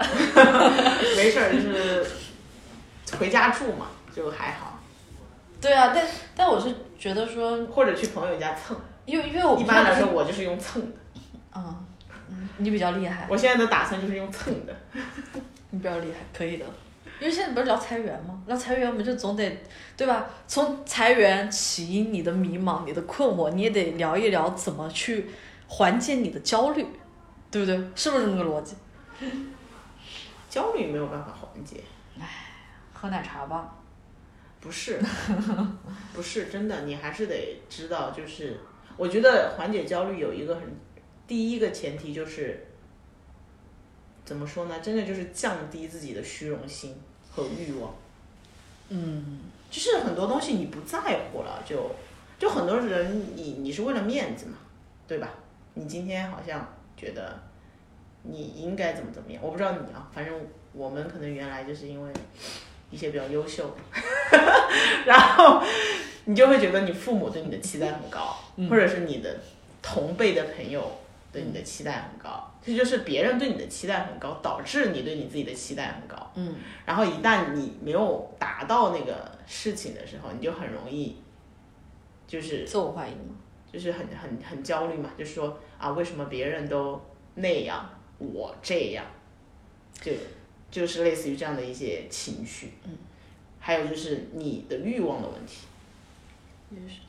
[SPEAKER 2] 没事儿就是回家住嘛，就还好，
[SPEAKER 3] <laughs> 对啊，但但我是觉得说，
[SPEAKER 2] 或者去朋友家蹭。
[SPEAKER 3] 因为因为我
[SPEAKER 2] 一般来
[SPEAKER 3] 不
[SPEAKER 2] 说
[SPEAKER 3] 知道
[SPEAKER 2] 我就是用蹭的，
[SPEAKER 3] 嗯，嗯，你比较厉害，
[SPEAKER 2] 我现在的打算就是用蹭的。
[SPEAKER 3] 你比较厉害，可以的。因为现在不是聊裁员吗？聊裁员，我们就总得，对吧？从裁员起因，你的迷茫，你的困惑，你也得聊一聊怎么去缓解你的焦虑，对不对？是不是这么个逻辑？
[SPEAKER 2] 焦虑没有办法缓解，
[SPEAKER 3] 喝奶茶吧，
[SPEAKER 2] 不是，不是真的，你还是得知道，就是我觉得缓解焦虑有一个很第一个前提就是怎么说呢？真的就是降低自己的虚荣心和欲望。
[SPEAKER 3] 嗯，
[SPEAKER 2] 就是很多东西你不在乎了，就就很多人你你是为了面子嘛，对吧？你今天好像觉得你应该怎么怎么样，我不知道你啊，反正我们可能原来就是因为一些比较优秀 <laughs> 的，然后你就会觉得你父母对你的期待很高，或者是你的同辈的朋友对你的期待很高，这就是别人对你的期待很高，导致你对你自己的期待很高。
[SPEAKER 3] 嗯，
[SPEAKER 2] 然后一旦你没有达到那个事情的时候，你就很容易就是
[SPEAKER 3] 自我怀疑嘛。
[SPEAKER 2] 就是很很很焦虑嘛，就是说啊，为什么别人都那样，我这样，就就是类似于这样的一些情绪。嗯，还有就是你的欲望的问题。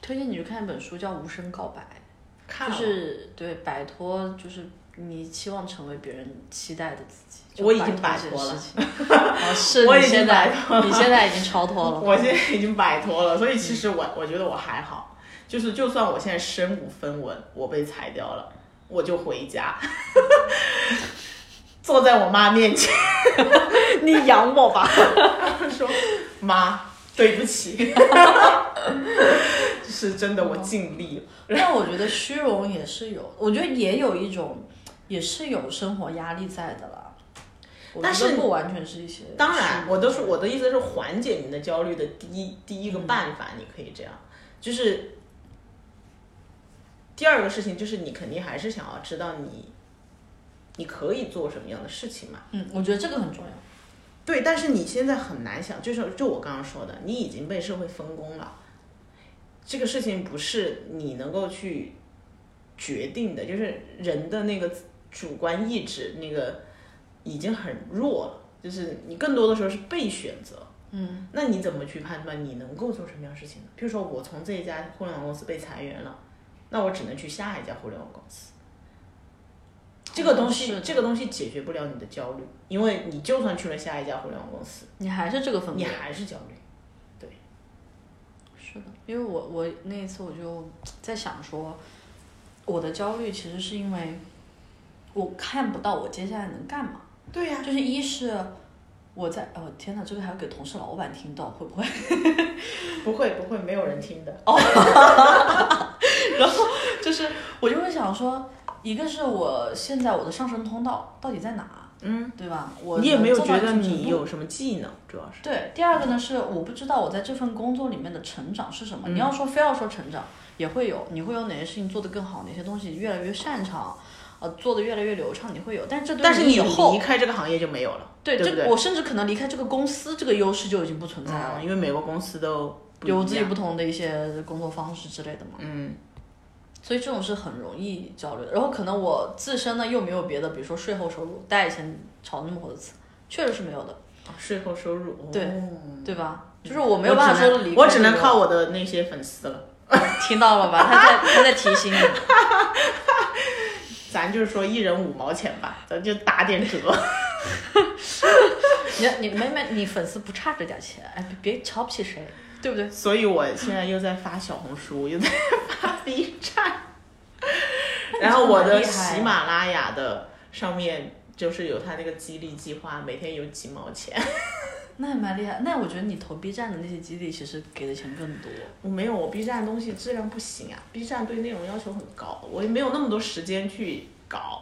[SPEAKER 3] 推荐你去看一本书，叫《无声告白》。
[SPEAKER 2] 看
[SPEAKER 3] 就
[SPEAKER 2] 了
[SPEAKER 3] 是对摆脱，就是你期望成为别人期待的自己。就
[SPEAKER 2] 我已经
[SPEAKER 3] 摆
[SPEAKER 2] 摆脱
[SPEAKER 3] 脱
[SPEAKER 2] 了
[SPEAKER 3] 这件事情， <laughs> 哦是
[SPEAKER 2] 我已
[SPEAKER 3] 你
[SPEAKER 2] 经
[SPEAKER 3] 现在
[SPEAKER 2] 摆脱了
[SPEAKER 3] 你现在已经超脱了。
[SPEAKER 2] 我现在已经摆脱了，所以其实我我觉得我还好，就是就算我现在身无分文，我被裁掉了，我就回家， <laughs> 坐在我妈面前
[SPEAKER 3] 你养我吧。
[SPEAKER 2] 说：“妈，对不起。” <laughs> 是真的，我尽力了。
[SPEAKER 3] 但我觉得虚荣也是有，我觉得也有一种，也是有生活压力在的啦。我觉得
[SPEAKER 2] 但是
[SPEAKER 3] 不完全是一些，
[SPEAKER 2] 当然，我都是嗯我的意思是缓解你的焦虑的第一第一个办法，你可以这样，就是第二个事情就是你肯定还是想要知道你你可以做什么样的事情嘛。
[SPEAKER 3] 嗯，我觉得这个很重要。
[SPEAKER 2] 对，但是你现在很难想，就是就我刚刚说的，你已经被社会分工了，这个事情不是你能够去决定的，就是人的那个主观意志那个已经很弱了，就是你更多的时候是被选择。嗯，那你怎么去判断你能够做什么样的事情呢？比如说，我从这一家互联网公司被裁员了，那我只能去下一家互联网公司。这个东
[SPEAKER 3] 哦是
[SPEAKER 2] 西，
[SPEAKER 3] 的
[SPEAKER 2] 这个东西解决不了你的焦虑，因为你就算去了下一家互联网公司，
[SPEAKER 3] 你还是这个分
[SPEAKER 2] 你
[SPEAKER 3] 别，
[SPEAKER 2] 还是焦虑。
[SPEAKER 3] 是的，因为我我那一次我就在想说，我的焦虑其实是因为我看不到我接下来能干嘛。
[SPEAKER 2] 对啊呀、
[SPEAKER 3] 就是一是我在，哦天哪，这个还要给同事老板听到，会不会？
[SPEAKER 2] 不会不会，没有人听的。
[SPEAKER 3] 就是我就会想说，一个是我现在我的上升通道到底在哪，
[SPEAKER 2] 嗯，
[SPEAKER 3] 对吧？我
[SPEAKER 2] 你也没有
[SPEAKER 3] 能做
[SPEAKER 2] 觉
[SPEAKER 3] 到
[SPEAKER 2] 得
[SPEAKER 3] 什么程
[SPEAKER 2] 你
[SPEAKER 3] 度
[SPEAKER 2] 有什么技能，主要是。
[SPEAKER 3] 对，第二个呢是我不知道我在这份工作里面的成长是什么。
[SPEAKER 2] 嗯
[SPEAKER 3] 你要说非要说成长，也会有，你会有哪些事情做得更好，哪些东西越来越擅长，呃，做得越来越流畅，你会有。但这对
[SPEAKER 2] 但是
[SPEAKER 3] 你
[SPEAKER 2] 你
[SPEAKER 3] 以后
[SPEAKER 2] 离，开这个行业就没有了，
[SPEAKER 3] 对
[SPEAKER 2] 对不
[SPEAKER 3] 这我甚至可能离开这个公司，这个优势就已经不存在了
[SPEAKER 2] 嗯，，因为每个公司都不
[SPEAKER 3] 有自
[SPEAKER 2] 一
[SPEAKER 3] 己
[SPEAKER 2] 样
[SPEAKER 3] 不同的一些工作方式之类的嘛。
[SPEAKER 2] 嗯
[SPEAKER 3] 所以这种是很容易焦虑的。然后可能我自身呢又没有别的，比如说税后收入，大家以前炒那么火的词，确实是没有的，
[SPEAKER 2] 税后收入。哦
[SPEAKER 3] 对，对吧？就是我没有办法
[SPEAKER 2] 我
[SPEAKER 3] 说
[SPEAKER 2] 只
[SPEAKER 3] 离
[SPEAKER 2] 能
[SPEAKER 3] 开
[SPEAKER 2] 我只能
[SPEAKER 3] 这个
[SPEAKER 2] 靠我的那些粉丝了。
[SPEAKER 3] 听到了吧？他在他在提醒你，
[SPEAKER 2] 咱就是说一人五毛钱吧，咱就打点折。 <laughs>
[SPEAKER 3] 你你没没你粉丝不差这点钱，哎，别别瞧不起谁，对不对？
[SPEAKER 2] 所以我现在又在发小红书，又在发 <laughs> B 站，然后我的喜马拉雅的上面就是有它那个激励计划，每天有几毛钱。
[SPEAKER 3] 那也蛮厉害。那我觉得你投 B 站的那些基地，其实给的钱更多。
[SPEAKER 2] 我没有，我 B 站东西质量不行啊，B 站对内容要求很高，我也没有那么多时间去
[SPEAKER 3] <laughs>
[SPEAKER 2] 搞。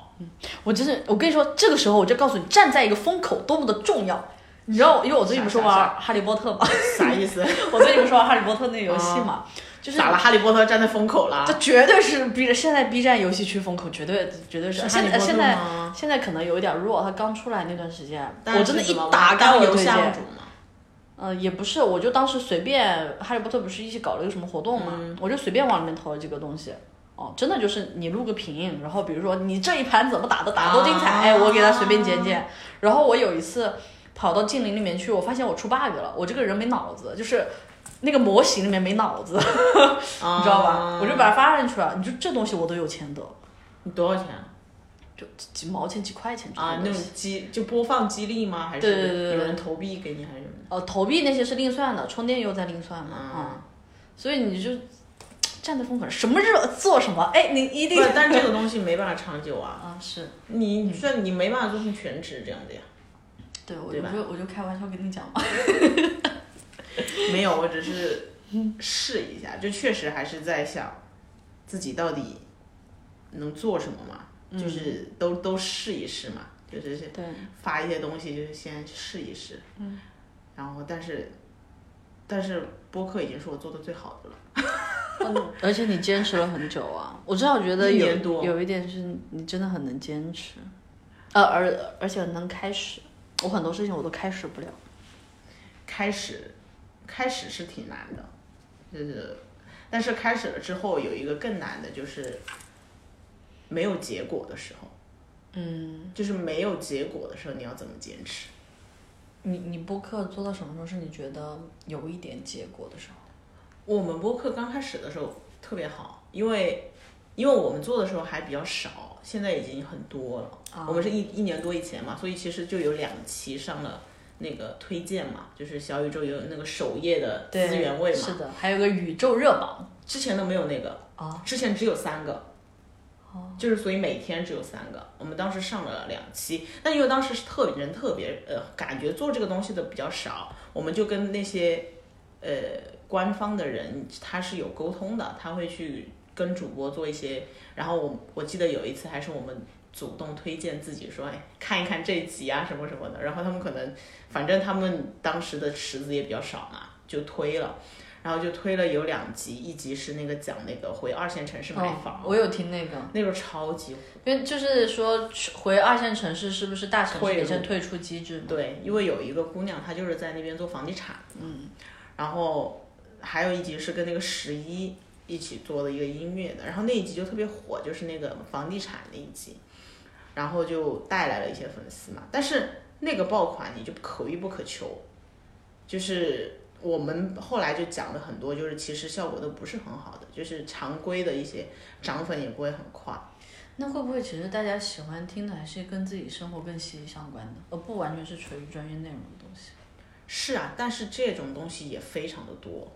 [SPEAKER 3] 我就是我跟你说，这个时候我就告诉你，站在一个风口多么的重要。你知道，因为我最近不是玩
[SPEAKER 2] 啥啥
[SPEAKER 3] 《哈利波特》嘛， <laughs>
[SPEAKER 2] 啥意思？
[SPEAKER 3] 我最近不是玩《哈利波特》那个游戏嘛，就是
[SPEAKER 2] 咋了？哈利波特站在风口了
[SPEAKER 3] 这？绝对是 B 站现在 B 站游戏区风口，绝对绝对是。
[SPEAKER 2] 是
[SPEAKER 3] 现在
[SPEAKER 2] 哈利波特
[SPEAKER 3] 现在
[SPEAKER 2] 吗
[SPEAKER 3] 现在可能有一点弱，它刚出来那段时间，
[SPEAKER 2] 但是
[SPEAKER 3] 我真的一
[SPEAKER 2] 怎么
[SPEAKER 3] 打开
[SPEAKER 2] 当
[SPEAKER 3] 啊我的
[SPEAKER 2] 游
[SPEAKER 3] 推
[SPEAKER 2] 项
[SPEAKER 3] 荐
[SPEAKER 2] 主，嘛。
[SPEAKER 3] 呃，也不是，我就当时随便，哈利波特不是一起搞了一个什么活动嘛，
[SPEAKER 2] 嗯
[SPEAKER 3] 我就随便往里面投了几个东西。哦，真的就是你录个屏，然后比如说你这一盘怎么打的，打多精彩，
[SPEAKER 2] 啊
[SPEAKER 3] 哎，我给他随便剪剪。然后我有一次跑到精灵里面去，我发现我出 bug 了，我这个人没脑子，就是那个模型里面没脑子，
[SPEAKER 2] 啊
[SPEAKER 3] <laughs> 你知道吧？我就把它发上去了，你说这东西我都有钱得，
[SPEAKER 2] 你多少钱啊
[SPEAKER 3] 就几毛钱、几块钱这
[SPEAKER 2] 啊？
[SPEAKER 3] 种
[SPEAKER 2] 那
[SPEAKER 3] 东
[SPEAKER 2] 种
[SPEAKER 3] 西。
[SPEAKER 2] 激就播放激励吗？还
[SPEAKER 3] 对对对对
[SPEAKER 2] 是
[SPEAKER 3] 对
[SPEAKER 2] 有人投币给你还是什么？
[SPEAKER 3] 呃，投币那些是另算的，充电又在另算嘛，嗯，所以你就站在风口上，什么热做什么，哎，你一
[SPEAKER 2] 不
[SPEAKER 3] 定
[SPEAKER 2] 是，但是这个东西没办法长久
[SPEAKER 3] <laughs>
[SPEAKER 2] 啊。
[SPEAKER 3] 啊，是
[SPEAKER 2] 你这你没办法做成全职这样的呀。
[SPEAKER 3] 对，我
[SPEAKER 2] 对
[SPEAKER 3] 我
[SPEAKER 2] 吧
[SPEAKER 3] 就我就开玩笑跟你讲嘛，
[SPEAKER 2] 没有，我只是试一下，就确实还是在想自己到底能做什么嘛，
[SPEAKER 3] 嗯
[SPEAKER 2] 就是都都试一试嘛，就是
[SPEAKER 3] <laughs> 对，
[SPEAKER 2] 发一些东西，就是先试一试。嗯，然后但是但是播客已经是我做的最好的了，
[SPEAKER 3] 而且你坚持了很久啊，我至少觉得
[SPEAKER 2] 一
[SPEAKER 3] 有
[SPEAKER 2] 年多
[SPEAKER 3] 嗯有一点是你真的很能坚持，呃，而而且能开始，我很多事情我都开始不了。
[SPEAKER 2] 开始开始是挺难的，就是但是开始了之后有一个更难的就是没有结果的时候，嗯，就是没有结果的时候你要怎么坚持？
[SPEAKER 3] 你你播客做到什么时候是你觉得有一点结果的时候？
[SPEAKER 2] 我们播客刚开始的时候特别好，因为因为我们做的时候还比较少，现在已经很多了。
[SPEAKER 3] 啊
[SPEAKER 2] 我们是一一年多以前嘛，所以其实就有两期上了那个推荐嘛，就是小宇宙有那个首页的
[SPEAKER 3] 对
[SPEAKER 2] 资源位嘛
[SPEAKER 3] 是，的，还有个宇宙热榜
[SPEAKER 2] 之前都没有那个，
[SPEAKER 3] 啊，
[SPEAKER 2] 之前只有三个。就是所以每天只有三个，我们当时上了两期，但因为当时是特人特别呃，感觉做这个东西的比较少，我们就跟那些呃官方的人他是有沟通的，他会去跟主播做一些，然后我我记得有一次还是我们主动推荐自己说，哎，看一看这一集啊什么什么的，然后他们可能反正他们当时的池子也比较少嘛，就推了。然后就推了有两集，一集是那个讲那个回二线城市买房，
[SPEAKER 3] 哦，我有听那个，
[SPEAKER 2] 那时候超级火
[SPEAKER 3] 因为就是说去回二线城市是不是大城市
[SPEAKER 2] 退
[SPEAKER 3] 也
[SPEAKER 2] 路
[SPEAKER 3] 是退出机制嘛？
[SPEAKER 2] 对，因为有一个姑娘，她就是在那边做房地产，嗯，然后还有一集是跟那个十一一起做的一个音乐的，然后那一集就特别火，就是那个房地产那一集，然后就带来了一些粉丝嘛，但是那个爆款你就可遇不可求，就是。我们后来就讲了很多，就是其实效果都不是很好的，就是常规的一些涨粉也不会很快。
[SPEAKER 3] 那会不会其实大家喜欢听的还是跟自己生活更息息相关的，而不完全是垂于专业内容的东西？
[SPEAKER 2] 是啊，但是这种东西也非常的多。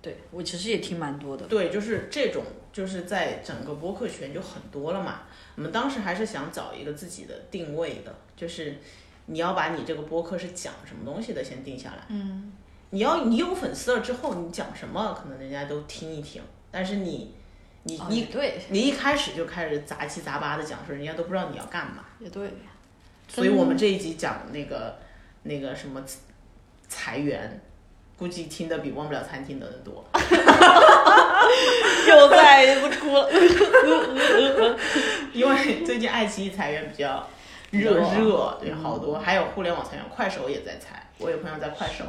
[SPEAKER 3] 对我其实也听蛮多的，
[SPEAKER 2] 对，就是这种，就是在整个播客圈就很多了嘛。我们当时还是想找一个自己的定位的，就是你要把你这个播客是讲什么东西的先定下来。嗯，你要你有粉丝了之后，你讲什么可能人家都听一听，但是你你
[SPEAKER 3] 哦也
[SPEAKER 2] 你、
[SPEAKER 3] 对
[SPEAKER 2] 你一开始就开始杂七杂八的讲说，人家都不知道你要干嘛。
[SPEAKER 3] 也对，
[SPEAKER 2] 所以 <laughs> 我们这一集讲那个那个什么裁员，估计听的比忘不了餐厅的人多。
[SPEAKER 3] 又在不哭了。
[SPEAKER 2] <laughs> 因为最近爱奇艺裁员比较
[SPEAKER 3] 热嗯
[SPEAKER 2] 热，对，好多，还有互联网裁员，快手也在裁，我有朋友在快手，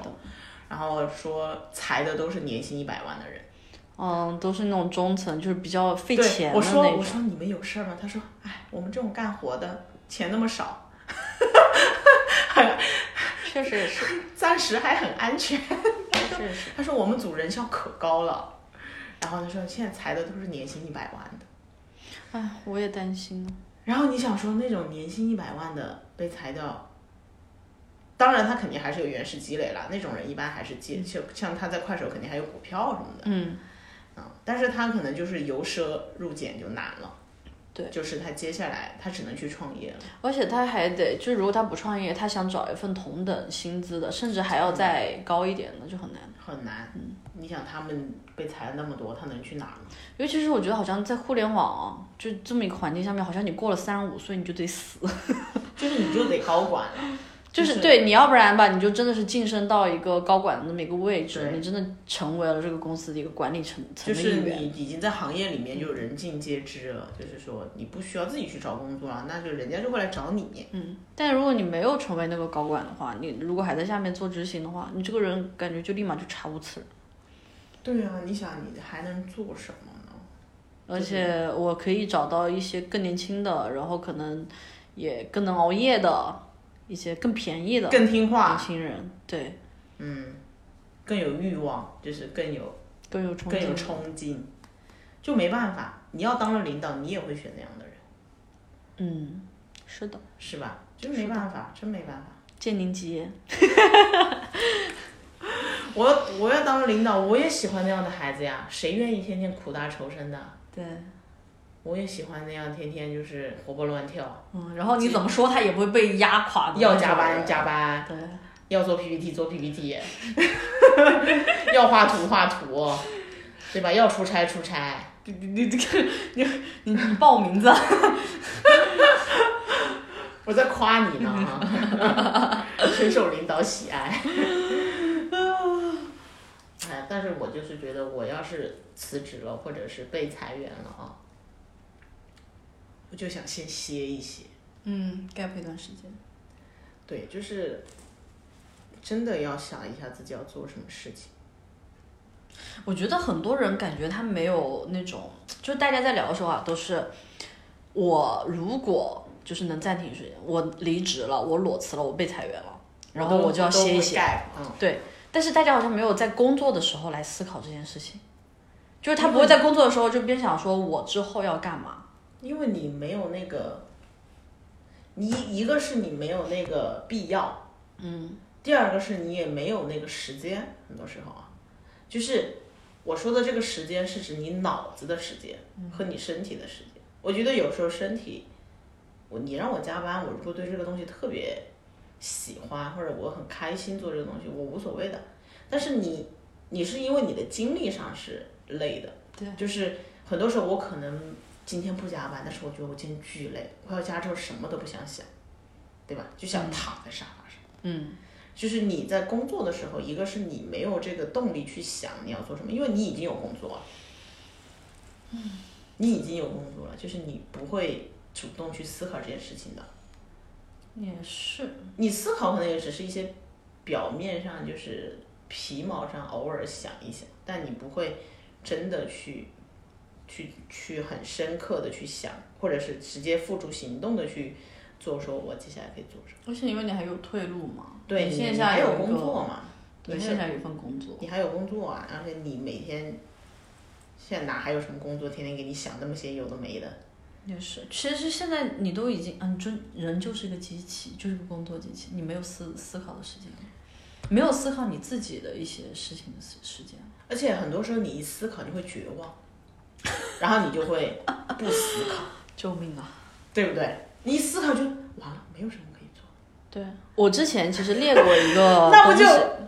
[SPEAKER 2] 然后说裁的都是年薪一百万的人。
[SPEAKER 3] <laughs> 嗯，都是那种中层，就是比较费
[SPEAKER 2] 对，
[SPEAKER 3] 钱的
[SPEAKER 2] 我
[SPEAKER 3] 那
[SPEAKER 2] 说
[SPEAKER 3] 种。
[SPEAKER 2] 我说你们有事儿吗？他说，哎，我们这种干活的钱那么少，
[SPEAKER 3] 确实也
[SPEAKER 2] <laughs>
[SPEAKER 3] 是，
[SPEAKER 2] 暂时还很安全。
[SPEAKER 3] 确实也是。
[SPEAKER 2] 他说我们组人效可高了，然后他说现在裁的都是年薪一百万的。
[SPEAKER 3] 哎，我也担心呢。
[SPEAKER 2] 然后你想说那种年薪一百万的被裁掉，当然他肯定还是有原始积累啦，那种人一般还是积，就像他在快手肯定还有股票什么的，
[SPEAKER 3] 嗯，
[SPEAKER 2] 嗯，但是他可能就是由奢入俭就难了，
[SPEAKER 3] 对
[SPEAKER 2] 就是他接下来他只能去创业了，
[SPEAKER 3] 而且他还得，就如果他不创业，他想找一份同等薪资的，甚至还要再高一点的，就很难。
[SPEAKER 2] 很难。嗯你想他们被裁了那么多，他能去哪儿呢？
[SPEAKER 3] 尤其是我觉得，好像在互联网、啊、就这么一个环境下面，好像你过了三十五岁你就得死，
[SPEAKER 2] 就是你就得高 <laughs> 管了，
[SPEAKER 3] 就是
[SPEAKER 2] 是
[SPEAKER 3] 对，你要不然吧，你就真的是晋升到一个高管的那么一个位置，
[SPEAKER 2] 对
[SPEAKER 3] 你真的成为了这个公司的一个管理层层
[SPEAKER 2] 就
[SPEAKER 3] 的一
[SPEAKER 2] 是
[SPEAKER 3] 员。
[SPEAKER 2] 你已经在行业里面就人尽皆知了，就是说你不需要自己去找工作了，那就人家就会来找你。
[SPEAKER 3] 嗯，但如果你没有成为那个高管的话，你如果还在下面做执行的话，你这个人感觉就立马就查无此人。
[SPEAKER 2] 对啊，你想你还能做什么呢？
[SPEAKER 3] 而且我可以找到一些更年轻的，然后可能也更能熬夜的，一些更便宜的嗯
[SPEAKER 2] 更听
[SPEAKER 3] 年
[SPEAKER 2] 话，
[SPEAKER 3] 轻人，对，
[SPEAKER 2] 更有欲望，就是更有
[SPEAKER 3] 更有冲
[SPEAKER 2] 更有
[SPEAKER 3] 劲。
[SPEAKER 2] 冲劲，就没办法，你要当了领导，你也会选那样的人，
[SPEAKER 3] 嗯，是的，
[SPEAKER 2] 是吧？就没办法，真没办法。
[SPEAKER 3] 建宁吉言。
[SPEAKER 2] 我我要当了领导，我也喜欢那样的孩子呀，谁愿意天天苦大仇深的？
[SPEAKER 3] 对，
[SPEAKER 2] 我也喜欢那样天天就是活蹦乱跳，
[SPEAKER 3] 嗯，然后你怎么说他也不会被压垮的。
[SPEAKER 2] 要加班。加班，
[SPEAKER 3] 对，
[SPEAKER 2] 要做 PPT 做 PPT，要画图画图，对吧？要出差出差。
[SPEAKER 3] 你你这个你你你报我名字啊，
[SPEAKER 2] <laughs> 我在夸你呢，深受领导喜爱。哎是我就是觉得，我要是辞职了，或者是被裁员了啊，我就想先歇一歇。
[SPEAKER 3] 嗯，gap 一段时间。
[SPEAKER 2] 对，就是真的要想一下自己要做什么事情。
[SPEAKER 3] 我觉得很多人感觉他没有那种，就是大家在聊的时候啊，都是我如果就是能暂停一时间，我离职了，我裸辞了，我被裁员了，然后
[SPEAKER 2] 都
[SPEAKER 3] 我就要
[SPEAKER 2] 都
[SPEAKER 3] 歇一
[SPEAKER 2] 会
[SPEAKER 3] 歇。
[SPEAKER 2] gap，嗯，
[SPEAKER 3] 但是大家好像没有在工作的时候来思考这件事情，就是他不会在工作的时候就边想说我之后要干嘛。
[SPEAKER 2] 因为你没有那个，你一个是你没有那个必要，嗯，第二个是你也没有那个时间，很多时候啊，就是我说的这个时间是指你脑子的时间和你身体的时间。我觉得有时候身体，我你让我加班，我如果对这个东西特别喜欢或者我很开心做这个东西，我无所谓的。但是你你是因为你的精力上是累的，
[SPEAKER 3] 对，
[SPEAKER 2] 就是很多时候我可能今天不加班，但是我觉得我今天巨累，回到家之后什么都不想想，对吧？就想躺在沙发上。
[SPEAKER 3] 嗯，
[SPEAKER 2] 就是你在工作的时候，一个是你没有这个动力去想你要做什么，因为你已经有工作了。嗯，你已经有工作了，就是你不会主动去思考这件事情的。
[SPEAKER 3] 也是。
[SPEAKER 2] 你思考可能也只是一些表面上就是皮毛上偶尔想一想，但你不会真的去去去很深刻的去想，或者是直接付诸行动的去做，说我接下来可以做什么。
[SPEAKER 3] 而且因为你还有退路嘛，
[SPEAKER 2] 对，
[SPEAKER 3] 你
[SPEAKER 2] 你
[SPEAKER 3] 线下
[SPEAKER 2] 还有
[SPEAKER 3] 一个
[SPEAKER 2] 工作，嘛？
[SPEAKER 3] 对，
[SPEAKER 2] 你还
[SPEAKER 3] 线
[SPEAKER 2] 有
[SPEAKER 3] 下有一份工作，
[SPEAKER 2] 你还有工作啊，而且你每天现在哪还有什么工作，天天给你想那么些有的没的。
[SPEAKER 3] 也是。其实现在你都已经，嗯，真人就是一个机器，就是个工作机器，你没有思思考的时间了，没有思考你自己的一些事情的时时间。
[SPEAKER 2] 而且很多时候你一思考，你会绝望，然后你就会不思考，
[SPEAKER 3] 救命啊！
[SPEAKER 2] 对不对？你一思考就完了，没有什么可以做，
[SPEAKER 3] 对我之前其实列过一 <laughs> 个
[SPEAKER 2] 那不就
[SPEAKER 3] 东西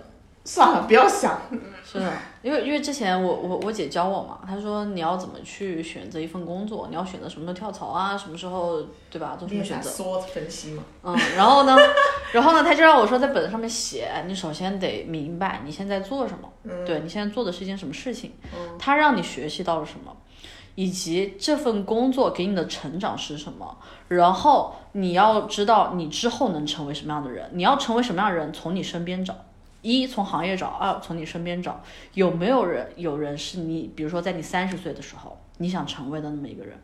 [SPEAKER 2] 算了，不要想。
[SPEAKER 3] 是的，因为因为之前我我我姐教我嘛，她说你要怎么去选择一份工作，你要选择什么时候跳槽啊，什么时候对吧，做什么选择。
[SPEAKER 2] 缩分析嘛，
[SPEAKER 3] 嗯，然后呢，然后呢，她就让我说在本子上面写，你首先得明白你现在做什么，
[SPEAKER 2] 嗯
[SPEAKER 3] 对你现在做的是一件什么事情，它让你学习到了什么，以及这份工作给你的成长是什么，然后你要知道你之后能成为什么样的人，你要成为什么样的人，从你身边找。一从行业找，二从你身边找，有没有人有人是你，比如说在你三十岁的时候，你想成为的那么一个人，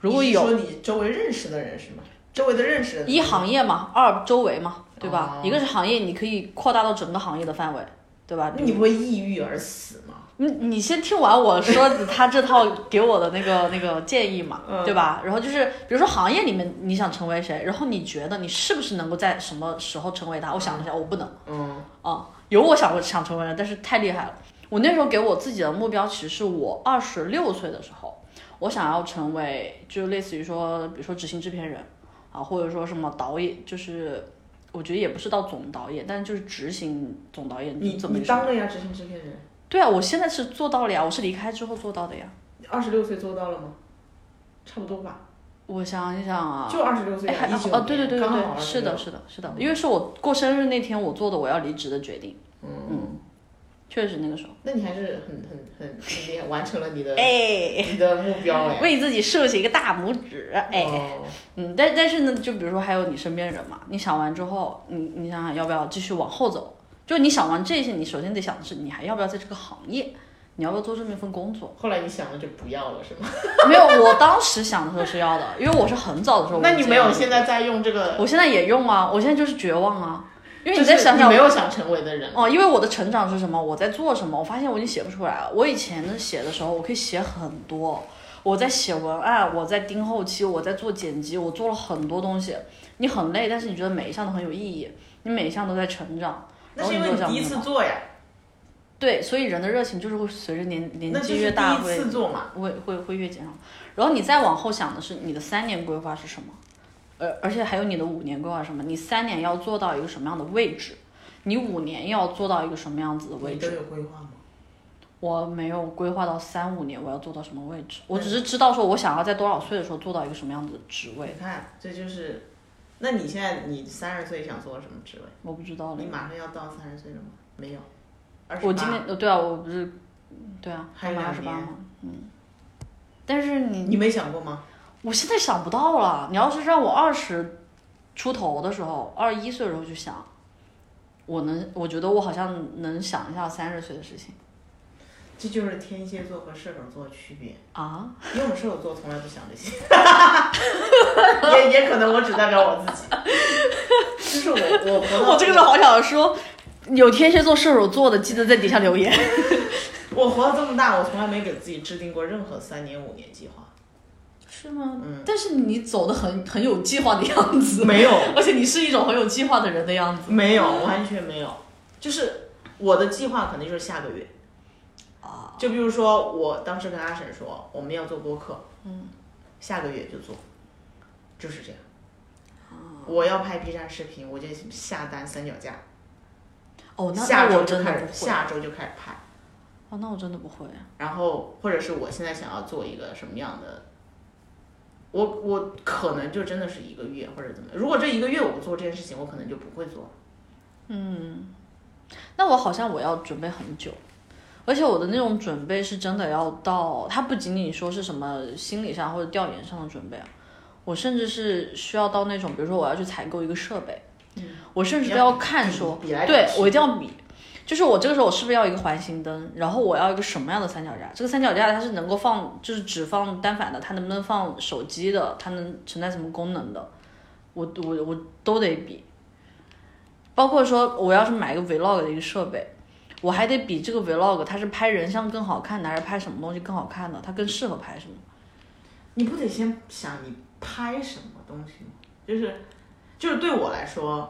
[SPEAKER 3] 如果
[SPEAKER 2] 你是
[SPEAKER 3] 有，
[SPEAKER 2] 说你周围认识的人是吗？周围的认识的人
[SPEAKER 3] 一行业嘛，二周围嘛，对吧？
[SPEAKER 2] 哦
[SPEAKER 3] 一个是行业，你可以扩大到整个行业的范围，对吧？
[SPEAKER 2] 那你不会抑郁而死吗？
[SPEAKER 3] 你嗯你先听完我说他这套给我的那
[SPEAKER 2] <laughs>
[SPEAKER 3] 个那个建议嘛，
[SPEAKER 2] 嗯
[SPEAKER 3] 对吧？然后就是比如说行业里面你想成为谁，然后你觉得你是不是能够在什么时候成为他？我想了一下，我不能。
[SPEAKER 2] 嗯，
[SPEAKER 3] 啊，有我想过想成为的，但是太厉害了。我那时候给我自己的目标，其实是我二十六岁的时候，我想要成为就类似于说，比如说执行制片人啊，或者说什么导演，就是我觉得也不是到总导演，但是就是执行总导演
[SPEAKER 2] 你
[SPEAKER 3] 这么一
[SPEAKER 2] 你
[SPEAKER 3] 个
[SPEAKER 2] 当了呀，执行制片人，
[SPEAKER 3] 对啊，我现在是做到了呀，我是离开之后做到的呀。
[SPEAKER 2] 二十六岁做到了吗？差不多吧，
[SPEAKER 3] 我想一想啊，
[SPEAKER 2] 就二十六岁
[SPEAKER 3] 哎，
[SPEAKER 2] 啊，
[SPEAKER 3] 还
[SPEAKER 2] 一九
[SPEAKER 3] 哦，对对对对
[SPEAKER 2] 刚好
[SPEAKER 3] 对，
[SPEAKER 2] 26
[SPEAKER 3] 是的，，是的，是的，因为是我过生日那天我做的我要离职的决定，
[SPEAKER 2] 嗯，
[SPEAKER 3] 确实那个时候，
[SPEAKER 2] 那你还是很很很很厉害，完成了你的
[SPEAKER 3] 哎，
[SPEAKER 2] 你的目标哎，
[SPEAKER 3] 为自己竖起一个大拇指，哎。
[SPEAKER 2] 哦，
[SPEAKER 3] 嗯，但但是呢，就比如说还有你身边人嘛，你想完之后，你你想想要不要继续往后走？就你想完这些，你首先得想的是你还要不要在这个行业，你要不要做这么一份工作？ <laughs>
[SPEAKER 2] 哦后来你想了就不要了是吗？
[SPEAKER 3] 没有，我当时想的时候是要的，因为我是很早的时候。
[SPEAKER 2] 那你没有现
[SPEAKER 3] 在？
[SPEAKER 2] 在在用这个，
[SPEAKER 3] 我现在也用啊，我现在就是绝望啊，因为
[SPEAKER 2] 就
[SPEAKER 3] 你再
[SPEAKER 2] 是
[SPEAKER 3] 想想
[SPEAKER 2] 你没有想成为的人，
[SPEAKER 3] 哦，因为我的成长是什么？我在做什么？我发现我已经写不出来了。我以前的写的时候，我可以写很多，我在写文案，我在盯后期，我在做剪辑，我做了很多东西。你很累，但是你觉得每一项都很有意义，你每一项都在成长。
[SPEAKER 2] 那
[SPEAKER 3] 哦
[SPEAKER 2] 是因为你第一次做呀，
[SPEAKER 3] 对，所以人的热情就是会随着年年
[SPEAKER 2] 那就
[SPEAKER 3] 纪
[SPEAKER 2] 是
[SPEAKER 3] 越大
[SPEAKER 2] 第一
[SPEAKER 3] 会
[SPEAKER 2] 次做嘛，
[SPEAKER 3] 会会会越减少。然后你再往后想的是你的三年规划是什么，而而且还有你的五年规划是什么？你三年要做到一个什么样的位置？你五年要做到一个什么样子的位
[SPEAKER 2] 你
[SPEAKER 3] 置
[SPEAKER 2] 都？有规划吗？
[SPEAKER 3] 我没有规划到三五年我要做到什么位置，我只是知道说我想要在多少岁的时候做到一个什么样子的职位
[SPEAKER 2] 你，看，这就是，那你现在你三十岁想做什么职位？
[SPEAKER 3] 我不知道嘞
[SPEAKER 2] 你。马上要到三十岁了吗？没有，二十
[SPEAKER 3] 哦我今
[SPEAKER 2] 八
[SPEAKER 3] 年呃对啊，我不是对啊，
[SPEAKER 2] 还有
[SPEAKER 3] 刚满二
[SPEAKER 2] 两
[SPEAKER 3] 十八
[SPEAKER 2] 年
[SPEAKER 3] 嘛，嗯。但是你
[SPEAKER 2] 你没想过吗？
[SPEAKER 3] 我现在想不到了。你要是让我二十出头的时候，二十一岁的时候去想，我能，我觉得我好像能想一下三十岁的事情
[SPEAKER 2] 这就是天蝎座和射手座的区别，
[SPEAKER 3] 啊。
[SPEAKER 2] 因为我们射手座从来不想这些， <laughs> 也也可能我只代表我自己，就是我我活
[SPEAKER 3] <laughs>
[SPEAKER 2] 到
[SPEAKER 3] 我这个时候好想说，有天蝎座、射手座的，记得在底下留言。
[SPEAKER 2] 我活到这么大，我从来没给自己制定过任何三年五年计划，
[SPEAKER 3] <laughs> 是吗？
[SPEAKER 2] 嗯
[SPEAKER 3] 但是你走的很很有计划的样子， <laughs>
[SPEAKER 2] 没有
[SPEAKER 3] 而且你是一种很有计划的人的样子
[SPEAKER 2] 没有完全没有，就是我的计划可能就是下个月，
[SPEAKER 3] 啊。
[SPEAKER 2] 就比如说我当时跟阿婶说我们要做播客，嗯，下个月就做，就是这样。我要拍 B 站视频，我就下单三脚架，
[SPEAKER 3] 哦，那
[SPEAKER 2] 下
[SPEAKER 3] 那
[SPEAKER 2] 周
[SPEAKER 3] 我
[SPEAKER 2] 就
[SPEAKER 3] 真的
[SPEAKER 2] 开
[SPEAKER 3] 不
[SPEAKER 2] 始，
[SPEAKER 3] 会。
[SPEAKER 2] 下周就开始拍。
[SPEAKER 3] 哦，那我真的不会。
[SPEAKER 2] 然后或者是我现在想要做一个什么样的，我我可能就真的是一个月或者怎么样。如果这一个月我不做这件事情，我可能就不会做。
[SPEAKER 3] 那我好像我要准备很久，而且我的那种准备是真的要到，它不仅仅说是什么心理上或者调研上的准备啊，我甚至是需要到那种，比如说我要去采购一个设备，我甚至都嗯要看说，
[SPEAKER 2] 比来比
[SPEAKER 3] 对
[SPEAKER 2] 去
[SPEAKER 3] 我一定要比。就是我这个时候，我是不是要一个环形灯？然后我要一个什么样的三脚架？这个三脚架它是能够放，就是只放单反的，它能不能放手机的？它能承担什么功能的？我我我都得比。包括说我要是买一个 vlog 的一个设备，我还得比这个 vlog 它是拍人像更好看的，还是拍什么东西更好看的，它更适合拍什么。
[SPEAKER 2] 你不得先想你拍什么东西吗？就是就是对我来说，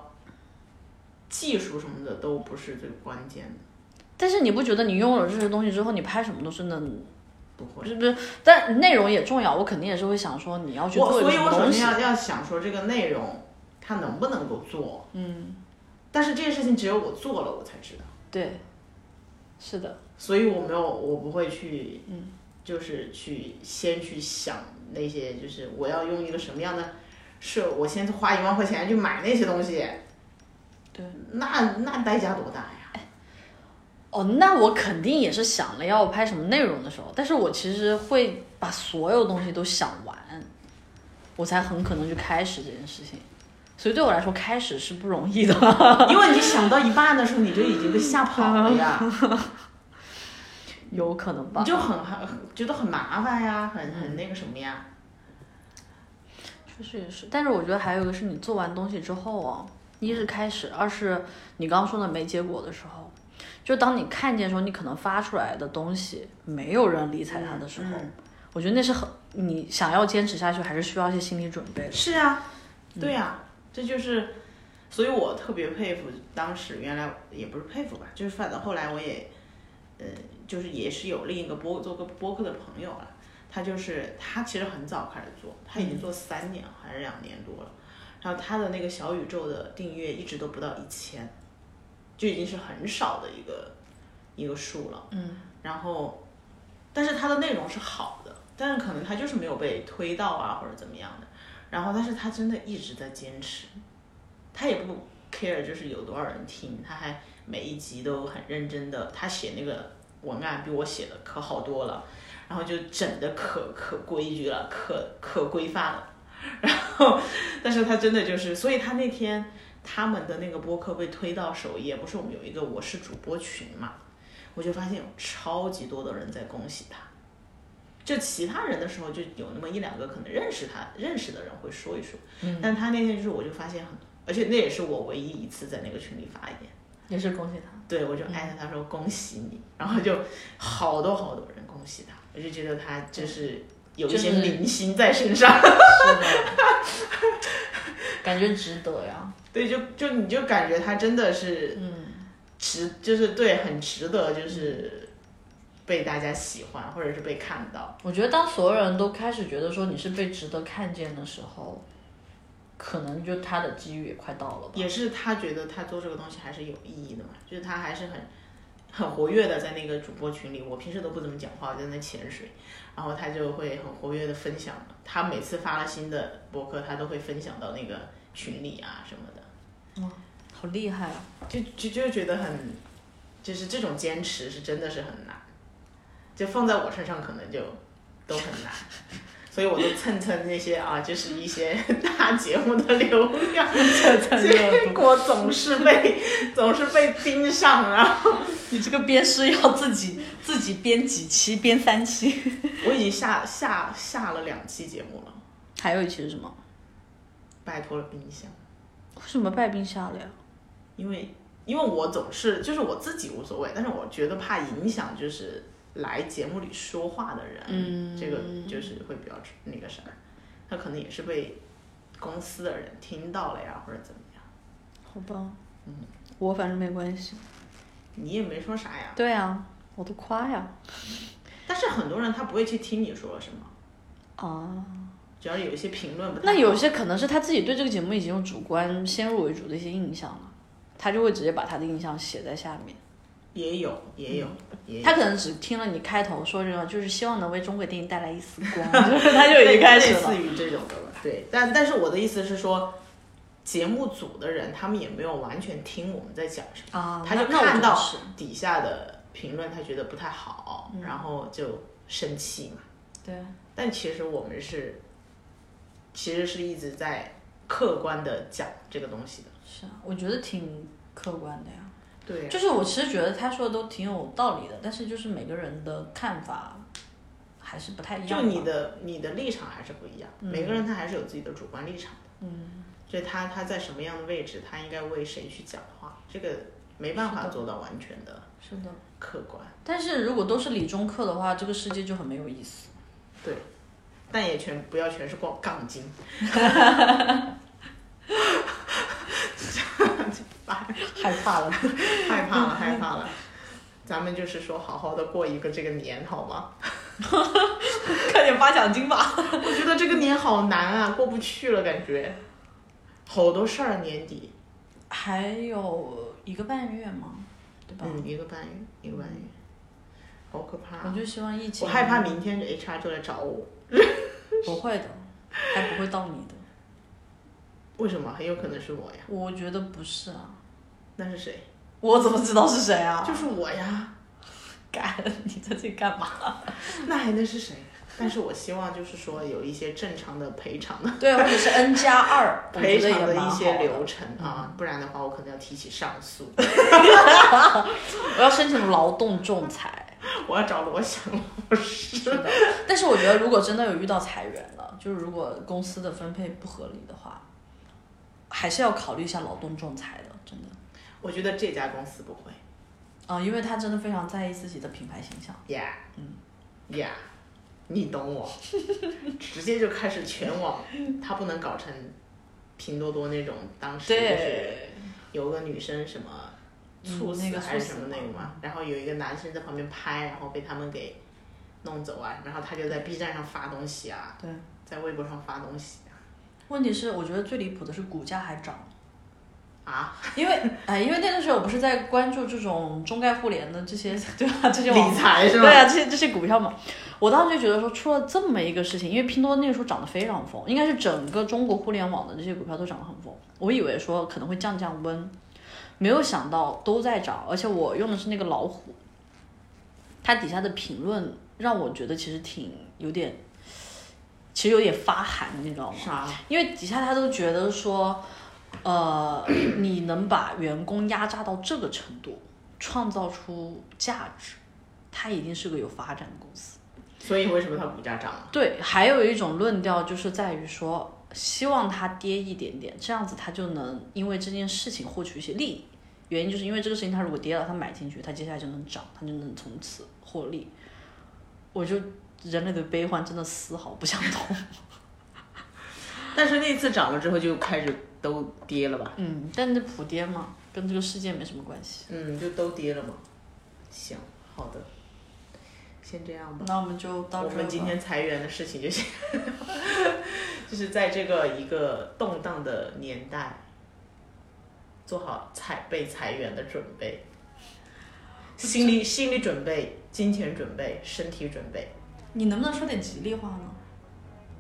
[SPEAKER 2] 技术什么的都不是最关键的，
[SPEAKER 3] 但是你不觉得你拥有了这些东西之后，你拍什么都是能，
[SPEAKER 2] 不会
[SPEAKER 3] 不。是不是？但内容也重要，我肯定也是会想说你要去
[SPEAKER 2] 我
[SPEAKER 3] 做一
[SPEAKER 2] 所
[SPEAKER 3] 个
[SPEAKER 2] 以，
[SPEAKER 3] 什么
[SPEAKER 2] 我首
[SPEAKER 3] 东
[SPEAKER 2] 先
[SPEAKER 3] 西。
[SPEAKER 2] 要要想说这个内容它能不能够做，嗯。但是这件事情只有我做了，我才知道。
[SPEAKER 3] 对，是的，
[SPEAKER 2] 所以我没有，我不会去，嗯，就是去先去想那些，就是我要用一个什么样的，是我先花一万块钱去买那些东西，
[SPEAKER 3] 对。
[SPEAKER 2] 那那代价多大呀？
[SPEAKER 3] 哦，那我肯定也是想了要拍什么内容的时候，但是我其实会把所有东西都想完，我才很可能去开始这件事情。所以对我来说，开始是不容易的。 <laughs>
[SPEAKER 2] <laughs> 因为你想到一半的时候，你就已经被吓跑了呀，
[SPEAKER 3] 有可能吧
[SPEAKER 2] 你。就很很觉得很麻烦呀，很很那个什么呀。
[SPEAKER 3] 确实也是，但是我觉得还有一个是你做完东西之后啊，一是开始，二是你刚刚说的没结果的时候，就当你看见说你可能发出来的东西没有人理睬它的时候，
[SPEAKER 2] 嗯
[SPEAKER 3] 我觉得那是很你想要坚持下去，还是需要一些心理准备的。嗯
[SPEAKER 2] 是啊，对呀、这就是，所以我特别佩服当时原来也不是佩服吧，就是反正后来我也，呃，就是也是有另一个播做个播客的朋友了，他就是他其实很早开始做，他
[SPEAKER 3] 嗯
[SPEAKER 2] 已经做三年还是两年多了，然后他的那个小宇宙的订阅一直都不到一千，就已经是很少的一个一个数了，
[SPEAKER 3] 嗯，
[SPEAKER 2] 然后，但是它的内容是好的，但是可能它就是没有被推到啊或者怎么样的。然后，但是他真的一直在坚持，他也不 care 就是有多少人听，他还每一集都很认真的，他写那个文案比我写的可好多了，然后就整的可可规矩了，可可规范了。 <laughs> 然后，但是他真的就是，所以他那天他们的那个播客被推到首页，不是我们有一个我是主播群嘛，我就发现有超级多的人在恭喜他。就其他人的时候，就有那么一两个可能认识他、认识的人会说一说，
[SPEAKER 3] 嗯
[SPEAKER 2] 但他那天就是，我就发现很多，而且那也是我唯一一次在那个群里发言，
[SPEAKER 3] 也是恭喜他。
[SPEAKER 2] 对我就艾特他说恭喜你，
[SPEAKER 3] 嗯
[SPEAKER 2] 然后就好多好多人恭喜他，我就觉得他就是有一些
[SPEAKER 3] 就是
[SPEAKER 2] 明星在身上， <laughs>
[SPEAKER 3] 是的， <laughs> 感觉值得呀。
[SPEAKER 2] 对，就就你就感觉他真的是
[SPEAKER 3] 嗯，
[SPEAKER 2] 值，就是对，很值得，就是被大家喜欢或者是被看到。
[SPEAKER 3] 我觉得当所有人都开始觉得说你是被值得看见的时候，可能就他的机遇也快到了吧。
[SPEAKER 2] 也是他觉得他做这个东西还是有意义的嘛，就是他还是很很活跃的在那个主播群里。我平时都不怎么讲话，我在那潜水，然后他就会很活跃的分享。他每次发了新的博客，他都会分享到那个群里啊什么的，
[SPEAKER 3] 好厉害啊！ <laughs>
[SPEAKER 2] 就就就觉得很，就是这种坚持是真的是很难。就放在我身上可能就都很难，所以我就蹭蹭那些啊，就是一些 <laughs> 大节目的流量，结果总是被 <laughs> 总是被盯上，啊然后
[SPEAKER 3] 你这个编师要自己 <laughs> 自己编几期，编三期。
[SPEAKER 2] 我已经下下下了两期节目了，
[SPEAKER 3] 还有一期是什么？
[SPEAKER 2] 拜托了冰箱，
[SPEAKER 3] 为什么败冰下了呀？
[SPEAKER 2] 因为因为我总是就是我自己无所谓，但是我觉得怕影响就是来节目里说话的人，
[SPEAKER 3] 嗯
[SPEAKER 2] 这个就是会比较那个啥，他可能也是被公司的人听到了呀，或者怎么样，
[SPEAKER 3] 好吧，嗯，我反正没关系。
[SPEAKER 2] 你也没说啥呀。
[SPEAKER 3] 对啊，我都夸呀。
[SPEAKER 2] 但是很多人他不会去听你说什么，
[SPEAKER 3] 啊，
[SPEAKER 2] 只哦要有一些评论不太
[SPEAKER 3] 那
[SPEAKER 2] 好
[SPEAKER 3] 有些可能是他自己对这个节目已经有主观先入为主的一些印象了，他就会直接把他的印象写在下面。
[SPEAKER 2] 也有也有也有，
[SPEAKER 3] 他可能只听了你开头说这个，就是希望能为中国电影带来一丝光， <laughs> 就是他就已经开始
[SPEAKER 2] 类
[SPEAKER 3] 了
[SPEAKER 2] 似。于这种的吧。对，但但是我的意思是说，节目组的人他们也没有完全听我们在讲什么。
[SPEAKER 3] 啊
[SPEAKER 2] 他就
[SPEAKER 3] 那那我
[SPEAKER 2] 看到
[SPEAKER 3] 是
[SPEAKER 2] 底下的评论，他觉得不太好，
[SPEAKER 3] 嗯
[SPEAKER 2] 然后就生气嘛。
[SPEAKER 3] 对，
[SPEAKER 2] 但其实我们是，其实是一直在客观的讲这个东西的。
[SPEAKER 3] 是啊，我觉得挺客观的呀。
[SPEAKER 2] 对、
[SPEAKER 3] 就是我其实觉得他说的都挺有道理的，但是就是每个人的看法还是不太一样
[SPEAKER 2] 就
[SPEAKER 3] 吧。
[SPEAKER 2] 你的你的立场还是不一样，
[SPEAKER 3] 嗯
[SPEAKER 2] 每个人他还是有自己的主观立场的。
[SPEAKER 3] 嗯，
[SPEAKER 2] 所以他他在什么样的位置，他应该为谁去讲话，这个没办
[SPEAKER 3] 是
[SPEAKER 2] 法
[SPEAKER 3] 的
[SPEAKER 2] 做到完全的
[SPEAKER 3] 是的。
[SPEAKER 2] 客观。
[SPEAKER 3] 但是如果都是理中客的话，这个世界就很没有意思。
[SPEAKER 2] 对，但也全不要全是杠杠精。
[SPEAKER 3] <laughs>
[SPEAKER 2] <laughs>
[SPEAKER 3] 害怕了。
[SPEAKER 2] 害怕了，害怕了。咱们就是说，好好的过一个这个年，好吗？
[SPEAKER 3] <laughs> 快点发奖金吧。
[SPEAKER 2] 我觉得这个年好难啊，过不去了，感觉好多事儿。年底，
[SPEAKER 3] 还有一个半月嘛，对吧？
[SPEAKER 2] 嗯，一个半月，一个半月，好可怕
[SPEAKER 3] 我
[SPEAKER 2] 啊、
[SPEAKER 3] 就希望疫情，
[SPEAKER 2] 我害怕明天 HR 就来找我，
[SPEAKER 3] 不会的，还不会到你 <laughs> 的。
[SPEAKER 2] 为什么？很有可能是我呀。
[SPEAKER 3] 我觉得不是啊，
[SPEAKER 2] 那是谁？
[SPEAKER 3] 我怎么知道是谁啊？
[SPEAKER 2] 就是我呀。
[SPEAKER 3] 干， <laughs> 你在这里干嘛？
[SPEAKER 2] 那还能是谁？但是我希望就是说有一些正常的赔偿的
[SPEAKER 3] 对，或者是 N 加 <laughs> 二，我
[SPEAKER 2] 赔
[SPEAKER 3] 觉得
[SPEAKER 2] 偿
[SPEAKER 3] 也
[SPEAKER 2] 的
[SPEAKER 3] 蛮
[SPEAKER 2] 一
[SPEAKER 3] 好
[SPEAKER 2] 些
[SPEAKER 3] 的。
[SPEAKER 2] 流程啊，不然的话我可能要提起上诉， <laughs>
[SPEAKER 3] 我要申请劳动仲裁。
[SPEAKER 2] 我要找罗翔老师。
[SPEAKER 3] 是的，但是我觉得如果真的有遇到裁员了，就是如果公司的分配不合理的话，还是要考虑一下劳动仲裁的，真的
[SPEAKER 2] 我觉得这家公司不会
[SPEAKER 3] 啊、因为他真的非常在意自己的品牌形象。
[SPEAKER 2] ，Yeah，嗯，Yeah，你懂 <laughs> 我，直接就开始全网，他不能搞成拼多多那种，当时就是
[SPEAKER 3] 对，
[SPEAKER 2] 有个女生什么猝
[SPEAKER 3] 嗯那
[SPEAKER 2] 死
[SPEAKER 3] 个
[SPEAKER 2] 还
[SPEAKER 3] 猝
[SPEAKER 2] 是
[SPEAKER 3] 死
[SPEAKER 2] 什么那个嘛，然后有一个男生在旁边拍，然后被他们给弄走啊，然后他就在 B 站上发东西啊，
[SPEAKER 3] 对，
[SPEAKER 2] 在微博上发东西
[SPEAKER 3] 问题是我觉得最离谱的是股价还涨，
[SPEAKER 2] 啊，啊，
[SPEAKER 3] 因为哎，因为那个时候我不是在关注这种中概互联的这些 <laughs> 对吧、这些网
[SPEAKER 2] 理财是吧
[SPEAKER 3] 对？啊，这些这些股票嘛，我当时就觉得说出了这么一个事情，因为拼多多那个时候涨得非常疯，应该是整个中国互联网的这些股票都涨得很疯。我以为说可能会降降温，没有想到都在涨，而且我用的是那个老虎，它底下的评论让我觉得其实挺有点，其实有点发寒，你知道吗？
[SPEAKER 2] 啥？
[SPEAKER 3] 因为底下他都觉得说，呃， <clears throat> 你能把员工压榨到这个程度，创造出价值，他一定是个有发展的公司。
[SPEAKER 2] 所以为什么它股价涨了？
[SPEAKER 3] 对，还有一种论调就是在于说，希望它跌一点点，这样子他就能因为这件事情获取一些利益。原因就是因为这个事情，他如果跌了，他买进去，他接下来就能涨，他就能从此获利。我就人类的悲欢真的丝毫不相同。
[SPEAKER 2] 但是那次涨了之后就开始都跌了吧？
[SPEAKER 3] 嗯，但那普跌嘛，跟这个世界没什么关系。
[SPEAKER 2] 嗯，就都跌了嘛。行，好的，先这样吧。
[SPEAKER 3] 那我们就到
[SPEAKER 2] 我
[SPEAKER 3] 这儿吧。
[SPEAKER 2] 们今天裁员的事情就先， <laughs> 就是在这个一个动荡的年代，做好裁被裁员的准备，心理心理准备、金钱准备、身体准备，
[SPEAKER 3] 你能不能说点吉利话呢？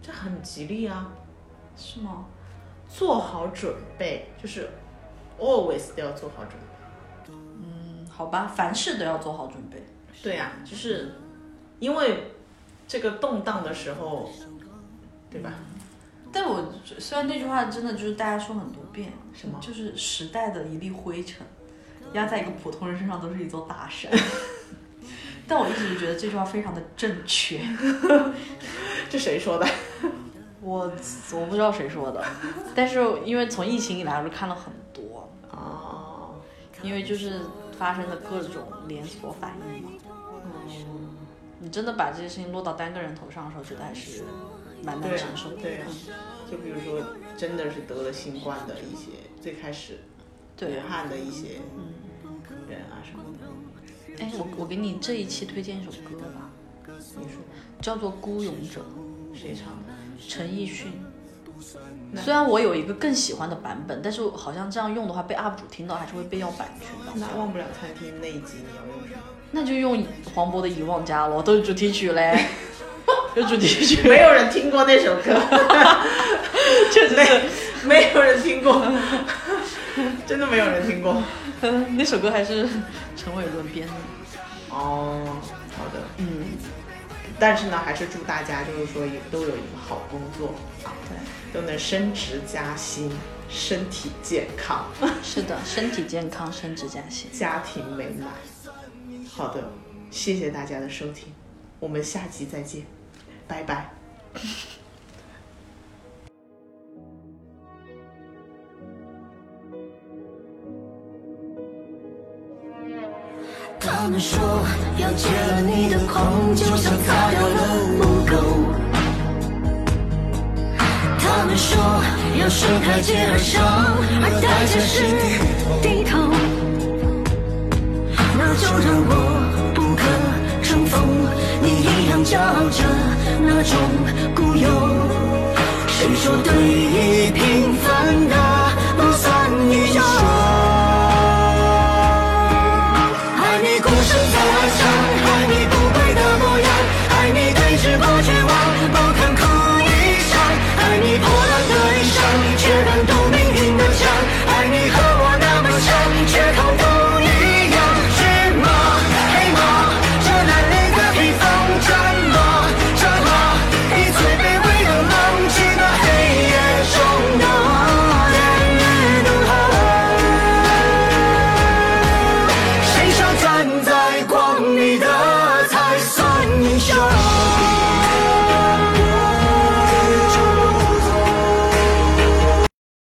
[SPEAKER 2] 这很吉利啊！
[SPEAKER 3] 是吗？
[SPEAKER 2] 做好准备，就是 always 都要做好准备。
[SPEAKER 3] 嗯，好吧，凡事都要做好准备。
[SPEAKER 2] 对呀、就是啊因为这个动荡的时候，对吧？
[SPEAKER 3] 但我虽然那句话真的就是大家说很多遍，
[SPEAKER 2] 什么 <laughs>
[SPEAKER 3] 就是时代的一粒灰尘，压在一个普通人身上都是一座大 <laughs> 山。但我一直觉得这句话非常的正确，
[SPEAKER 2] 这谁说的？
[SPEAKER 3] 我我不知道谁说的，但是因为从疫情以来，我就看了很多，
[SPEAKER 2] 哦，
[SPEAKER 3] 因为就是发生的各种连锁反应嘛。
[SPEAKER 2] 嗯
[SPEAKER 3] 你真的把这些事情落到单个人头上的时候，觉得还是蛮难
[SPEAKER 2] 对
[SPEAKER 3] 承受的。嗯
[SPEAKER 2] 对啊就比如说，真的是得了新冠的一些最开始
[SPEAKER 3] 对
[SPEAKER 2] 武，汉的一些人啊什么的，
[SPEAKER 3] 哎，我我给你这一期推荐一首歌吧，
[SPEAKER 2] 你说吧
[SPEAKER 3] 叫做《孤勇者
[SPEAKER 2] 谁唱的？》，
[SPEAKER 3] 陈奕迅。
[SPEAKER 2] 那
[SPEAKER 3] 虽然我有一个更喜欢的版本，但是好像这样用的话，被 UP 主听到还是会被要版权的。
[SPEAKER 2] 那忘不了餐厅那一集你要用什么？
[SPEAKER 3] 那就用黄渤的《遗忘家》咯，都是主题曲嘞，
[SPEAKER 2] <laughs>
[SPEAKER 3] <laughs> 有主题曲，
[SPEAKER 2] 没有人听过那首歌，
[SPEAKER 3] 确实是。
[SPEAKER 2] 没有人听过， <laughs> 真的没有人听过。
[SPEAKER 3] 嗯 <laughs> 那首歌还是 <laughs> 陈伟伦编的。
[SPEAKER 2] 哦，好的。
[SPEAKER 3] 嗯，
[SPEAKER 2] 但是呢，还是祝大家就是说也都有一个好工作啊，对，都能升职加薪，身体健康，
[SPEAKER 3] 是的，身体健康，升职加薪。
[SPEAKER 2] 家庭美满。好的，谢谢大家的收听，我们下集再见，拜拜。
[SPEAKER 1] 他们说要戒了你的狂，就像擦掉了污垢。他们说要伸开戒而上，而代价是低头。